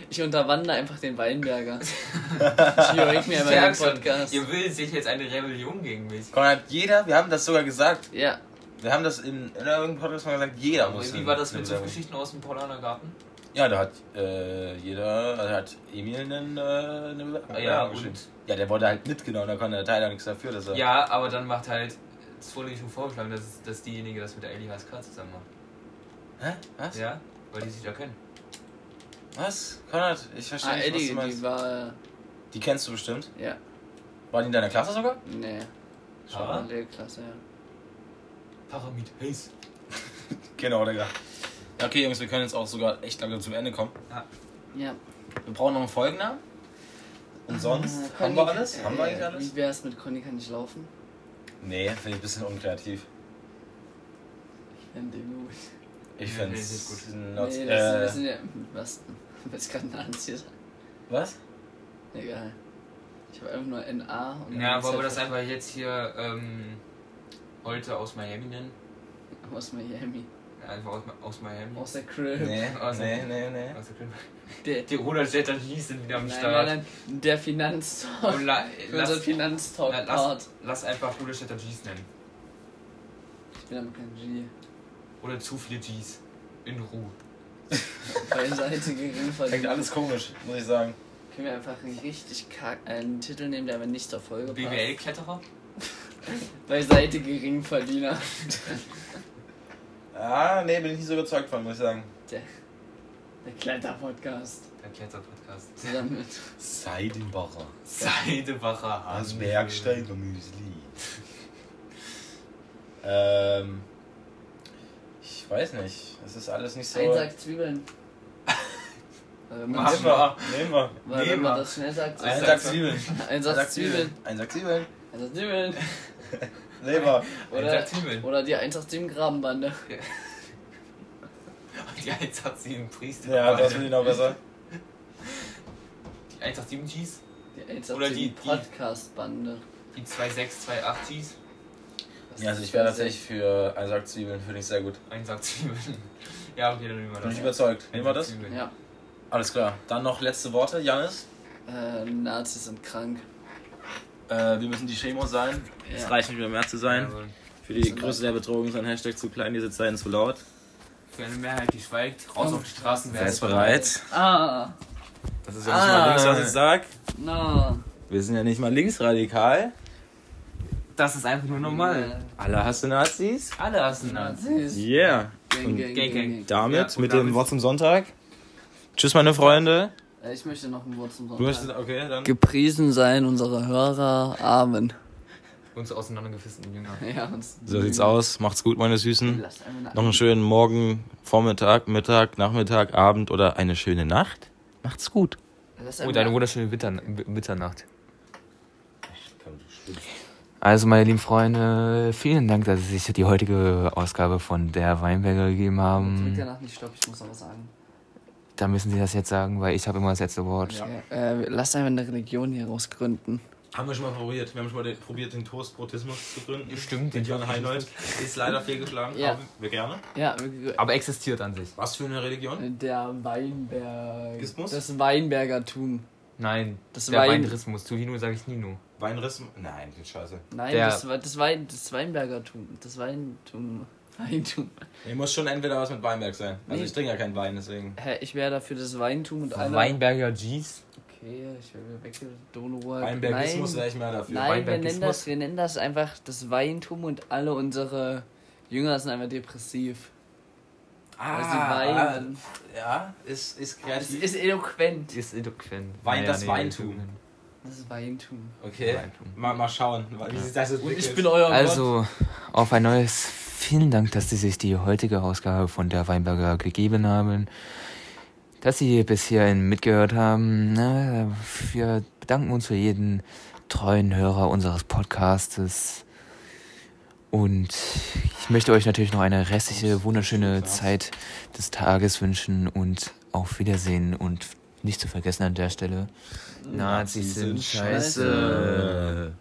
[SPEAKER 1] ich unterwandere einfach den Weinberger. Ich höre mir mal den
[SPEAKER 3] Merkst du,
[SPEAKER 1] Podcast.
[SPEAKER 3] Ihr will sich jetzt eine Rebellion gegen mich.
[SPEAKER 2] Konrad, jeder, wir haben das sogar gesagt.
[SPEAKER 1] Ja,
[SPEAKER 2] Wir haben das in, in irgendeinem Podcast mal gesagt, jeder muss.
[SPEAKER 3] Wie
[SPEAKER 2] eine-
[SPEAKER 3] war das
[SPEAKER 2] eine
[SPEAKER 3] mit so
[SPEAKER 2] Bewerbung.
[SPEAKER 3] Geschichten aus dem Paulaner Garten?
[SPEAKER 2] Ja, da hat äh, jeder, also hat Emil einen, äh, eine Bewerbung
[SPEAKER 3] Ja,
[SPEAKER 2] geschrieben.
[SPEAKER 3] und,
[SPEAKER 2] Ja, der wurde halt mitgenommen, da konnte der Tyler nichts dafür, dass er.
[SPEAKER 3] ja, aber dann macht halt, es wurde nicht schon vorgeschlagen, dass, dass diejenige das mit der Ellie HSK zusammen macht.
[SPEAKER 2] Hä? Was?
[SPEAKER 3] Ja, weil die sich da kennen.
[SPEAKER 2] Was? Konrad, ich verstehe
[SPEAKER 1] ah,
[SPEAKER 2] nicht, was
[SPEAKER 1] Eddie,
[SPEAKER 2] du
[SPEAKER 1] die
[SPEAKER 2] meinst.
[SPEAKER 1] war.
[SPEAKER 2] Die kennst du bestimmt.
[SPEAKER 1] Ja,
[SPEAKER 2] War die in deiner Klasse sogar?
[SPEAKER 1] nee,
[SPEAKER 3] Para?
[SPEAKER 1] Parallelklasse, ja.
[SPEAKER 3] Paramid Hayes.
[SPEAKER 2] Genau, Digga. Ja, Okay, Jungs, wir können jetzt auch sogar echt langsam zum Ende kommen.
[SPEAKER 1] Ja. äh,
[SPEAKER 2] Wir brauchen noch einen Folgennamen. Und sonst?
[SPEAKER 1] Äh,
[SPEAKER 2] haben
[SPEAKER 1] Conny-
[SPEAKER 2] wir alles? haben wir
[SPEAKER 1] äh,
[SPEAKER 2] eigentlich alles?
[SPEAKER 1] Wie wär's mit Conny kann ich laufen?
[SPEAKER 2] Nee, finde ich ein bisschen unkreativ.
[SPEAKER 1] Wenn du gut.
[SPEAKER 2] Ich
[SPEAKER 3] Nee,
[SPEAKER 2] finde
[SPEAKER 3] nee, ist
[SPEAKER 2] es.
[SPEAKER 3] gut.
[SPEAKER 2] not-
[SPEAKER 1] Nee, das,
[SPEAKER 2] äh,
[SPEAKER 1] das sind ja. Was? Was kann da anziehen?
[SPEAKER 2] Was?
[SPEAKER 1] Egal. Ich habe einfach nur NA und dann
[SPEAKER 3] Ja,
[SPEAKER 1] hat's
[SPEAKER 3] wollen wir
[SPEAKER 1] halt
[SPEAKER 3] das einfach jetzt hier ähm, heute aus Miami nennen?
[SPEAKER 1] Aus Miami.
[SPEAKER 3] Einfach aus, aus Miami.
[SPEAKER 1] Aus der Crib.
[SPEAKER 2] Nee,
[SPEAKER 3] Also-
[SPEAKER 2] nee, nee, nee.
[SPEAKER 3] Aus der Krim-
[SPEAKER 1] Der,
[SPEAKER 3] Die Ruderstädter Genies sind wieder am
[SPEAKER 1] nein,
[SPEAKER 3] Start.
[SPEAKER 1] nein, nein, der Finanztalk.
[SPEAKER 3] Und la,
[SPEAKER 1] Unser
[SPEAKER 3] lass, la,
[SPEAKER 1] Finanztalk-Part.
[SPEAKER 3] lass, lass einfach Ruderstädter G's nennen.
[SPEAKER 1] Ich bin aber kein G.
[SPEAKER 3] Oder zu viele G's. In Ruhe.
[SPEAKER 1] Beiseite
[SPEAKER 2] Klingt
[SPEAKER 1] geringverdient.
[SPEAKER 2] alles komisch, muss ich sagen.
[SPEAKER 1] Können wir einfach einen richtig kack, einen Titel nehmen, der aber nicht zur Folge Also passt.
[SPEAKER 3] BWL-Kletterer?
[SPEAKER 1] Beiseite geringverdiener.
[SPEAKER 2] Ah, nee, bin ich nicht so überzeugt von, muss ich sagen.
[SPEAKER 1] Der Kletter-Podcast.
[SPEAKER 3] Der Kletterpodcast.
[SPEAKER 1] Zusammen mit.
[SPEAKER 2] Seidenbacher.
[SPEAKER 3] Seidebacher Hasen.
[SPEAKER 2] um Müsli. ähm. Ich weiß nicht. Es ist alles nicht so.
[SPEAKER 1] Ein Sack Zwiebeln. Äh, Weil wenn man,
[SPEAKER 3] Mach.
[SPEAKER 2] Nehmen wir. Nehmen wir.
[SPEAKER 1] weil wenn man
[SPEAKER 3] Nehmer.
[SPEAKER 1] das schnell sagt, ist
[SPEAKER 2] Ein
[SPEAKER 1] es-
[SPEAKER 2] Sack Zwiebeln.
[SPEAKER 1] ein Sack Zwiebeln.
[SPEAKER 2] Ein Sack Zwiebeln.
[SPEAKER 1] Ein Sack Zwiebeln.
[SPEAKER 2] Nehmen wir.
[SPEAKER 1] Oder,
[SPEAKER 3] Zwiebeln.
[SPEAKER 1] oder die 187 Grabenbande.
[SPEAKER 3] Die 187 Priester.
[SPEAKER 2] Ja, das finde ich noch besser.
[SPEAKER 3] Die 187 G's.
[SPEAKER 1] Die 187
[SPEAKER 3] Oder die- die-
[SPEAKER 1] Podcast-Bande.
[SPEAKER 3] Die 2628 G's.
[SPEAKER 2] Ja, also ich wäre tatsächlich für ein Sack Zwiebeln, finde ich sehr gut.
[SPEAKER 3] 187 Zwiebeln. Ja, okay, dann nehmen wir
[SPEAKER 2] Bin
[SPEAKER 3] das.
[SPEAKER 2] ich überzeugt. Nehmen wir das?
[SPEAKER 3] Zwiebeln.
[SPEAKER 1] Ja,
[SPEAKER 2] Alles klar. Dann noch letzte Worte, Janis.
[SPEAKER 1] äh, Nazis sind krank.
[SPEAKER 2] Äh, wir müssen die Chemo sein.
[SPEAKER 1] Ja.
[SPEAKER 8] reicht nicht mehr mehr zu sein.
[SPEAKER 3] Also,
[SPEAKER 8] Für die Größe der Bedrohung ist ein Hashtag zu klein, die sitzt sein zu laut.
[SPEAKER 3] für eine Mehrheit, die schweigt, raus auf die Straßen
[SPEAKER 8] Wer ist bereit?
[SPEAKER 1] Ah,
[SPEAKER 8] Das ist ja nicht mal links, was ich sag.
[SPEAKER 1] na.
[SPEAKER 8] Wir sind ja nicht mal linksradikal.
[SPEAKER 3] Das ist einfach nur normal.
[SPEAKER 8] Alle hassen Nazis.
[SPEAKER 3] Alle hassen Nazis.
[SPEAKER 1] Nazis.
[SPEAKER 8] Yeah.
[SPEAKER 1] Gang, gang, gang,
[SPEAKER 3] Gang,
[SPEAKER 1] gang.
[SPEAKER 3] gang.
[SPEAKER 8] Damit,
[SPEAKER 3] Ja, und
[SPEAKER 8] mit dem
[SPEAKER 3] damit-
[SPEAKER 8] Wort zum Sonntag. Tschüss, meine Freunde.
[SPEAKER 1] Äh, Ich möchte noch ein Wort zum
[SPEAKER 8] Du hast,
[SPEAKER 1] Sonntag.
[SPEAKER 8] okay, dann.
[SPEAKER 1] Gepriesen seien unsere Hörer. Amen.
[SPEAKER 3] Uns auseinandergefissten Jünger.
[SPEAKER 1] Ja, uns
[SPEAKER 8] So sieht's aus. Macht's gut, meine Süßen.
[SPEAKER 1] Lasst einfach
[SPEAKER 8] Noch einen schönen Morgen, Vormittag, Mittag, Nachmittag, Abend oder eine schöne Nacht. Macht's gut.
[SPEAKER 1] Lasst
[SPEAKER 3] Und
[SPEAKER 8] Oh,
[SPEAKER 1] einfach
[SPEAKER 3] eine Oh, wunderschöne Witter Mitternacht.
[SPEAKER 2] Komm, du Spinner.
[SPEAKER 3] Also, meine lieben Freunde, vielen Dank, dass Sie sich die heutige Ausgabe von der Weinberger gegeben
[SPEAKER 8] Mm.
[SPEAKER 1] Drück
[SPEAKER 3] haben.
[SPEAKER 1] danach nicht stopp, ich muss noch was sagen.
[SPEAKER 3] Da müssen Sie das jetzt sagen, weil ich habe immer das letzte Wort.
[SPEAKER 1] Ja. Äh, lasst einfach eine Religion hier rausgründen.
[SPEAKER 4] Haben wir schon mal probiert. Wir haben schon mal den, probiert, den Toastbrotismus zu gründen.
[SPEAKER 3] Stimmt,
[SPEAKER 4] Den halt Jan Heinold ist leider fehlgeschlagen.
[SPEAKER 1] Ja.
[SPEAKER 4] Aber wir gerne.
[SPEAKER 1] Ja, wir- äh,
[SPEAKER 3] Aber existiert an sich.
[SPEAKER 4] Was für eine Religion?
[SPEAKER 1] der Weinberg.
[SPEAKER 4] Gismus?
[SPEAKER 1] Das Weinbergertum.
[SPEAKER 3] Nein,
[SPEAKER 1] Das
[SPEAKER 3] der
[SPEAKER 1] Wein-
[SPEAKER 3] Weinrismus. Zu Hino sage ich Nino.
[SPEAKER 4] Weinriss? Nein, die Scheiße.
[SPEAKER 1] Nein,
[SPEAKER 3] Der-
[SPEAKER 1] das war das Wein, das Weinbergertum. Das Weintum. Weintum.
[SPEAKER 4] Hier muss schon entweder was mit Weinberg sein. Also
[SPEAKER 1] Nee.
[SPEAKER 4] ich trinke ja keinen Wein, deswegen.
[SPEAKER 1] Hä, ich wäre dafür das Weintum und einer.
[SPEAKER 3] Weinberger G's.
[SPEAKER 1] Okay, ich wäre weg. Donauer.
[SPEAKER 4] Weinbergismus
[SPEAKER 1] Nein.
[SPEAKER 4] wäre ich mehr dafür.
[SPEAKER 1] Nein, wir nennen,
[SPEAKER 3] Weinbergismus?
[SPEAKER 1] das, wir nennen das einfach das Weintum und alle unsere Jünger sind einfach depressiv. Weil sie weinen.
[SPEAKER 4] ah, ja, ist, ist
[SPEAKER 1] Das
[SPEAKER 4] kreativ.
[SPEAKER 1] ist eloquent.
[SPEAKER 3] Ist eloquent.
[SPEAKER 4] Wein- das Weintum.
[SPEAKER 3] Weintum.
[SPEAKER 1] Das ist Weintum.
[SPEAKER 4] Okay,
[SPEAKER 3] Weintum.
[SPEAKER 4] mal, mal schauen, wie sich das
[SPEAKER 1] Und
[SPEAKER 4] entwickelt.
[SPEAKER 1] ich bin euer Oh Gott.
[SPEAKER 3] Also, auf ein neues vielen Dank, dass Sie sich die heutige Ausgabe von der Weinberger gegeben haben. Dass Sie bis hierhin mitgehört haben. Na, Wir bedanken uns für jeden treuen Hörer unseres Podcastes. Und ich möchte euch natürlich noch eine restliche, wunderschöne Zeit des Tages wünschen und auf Wiedersehen. Und nicht zu vergessen an der Stelle, Nazis sind scheiße.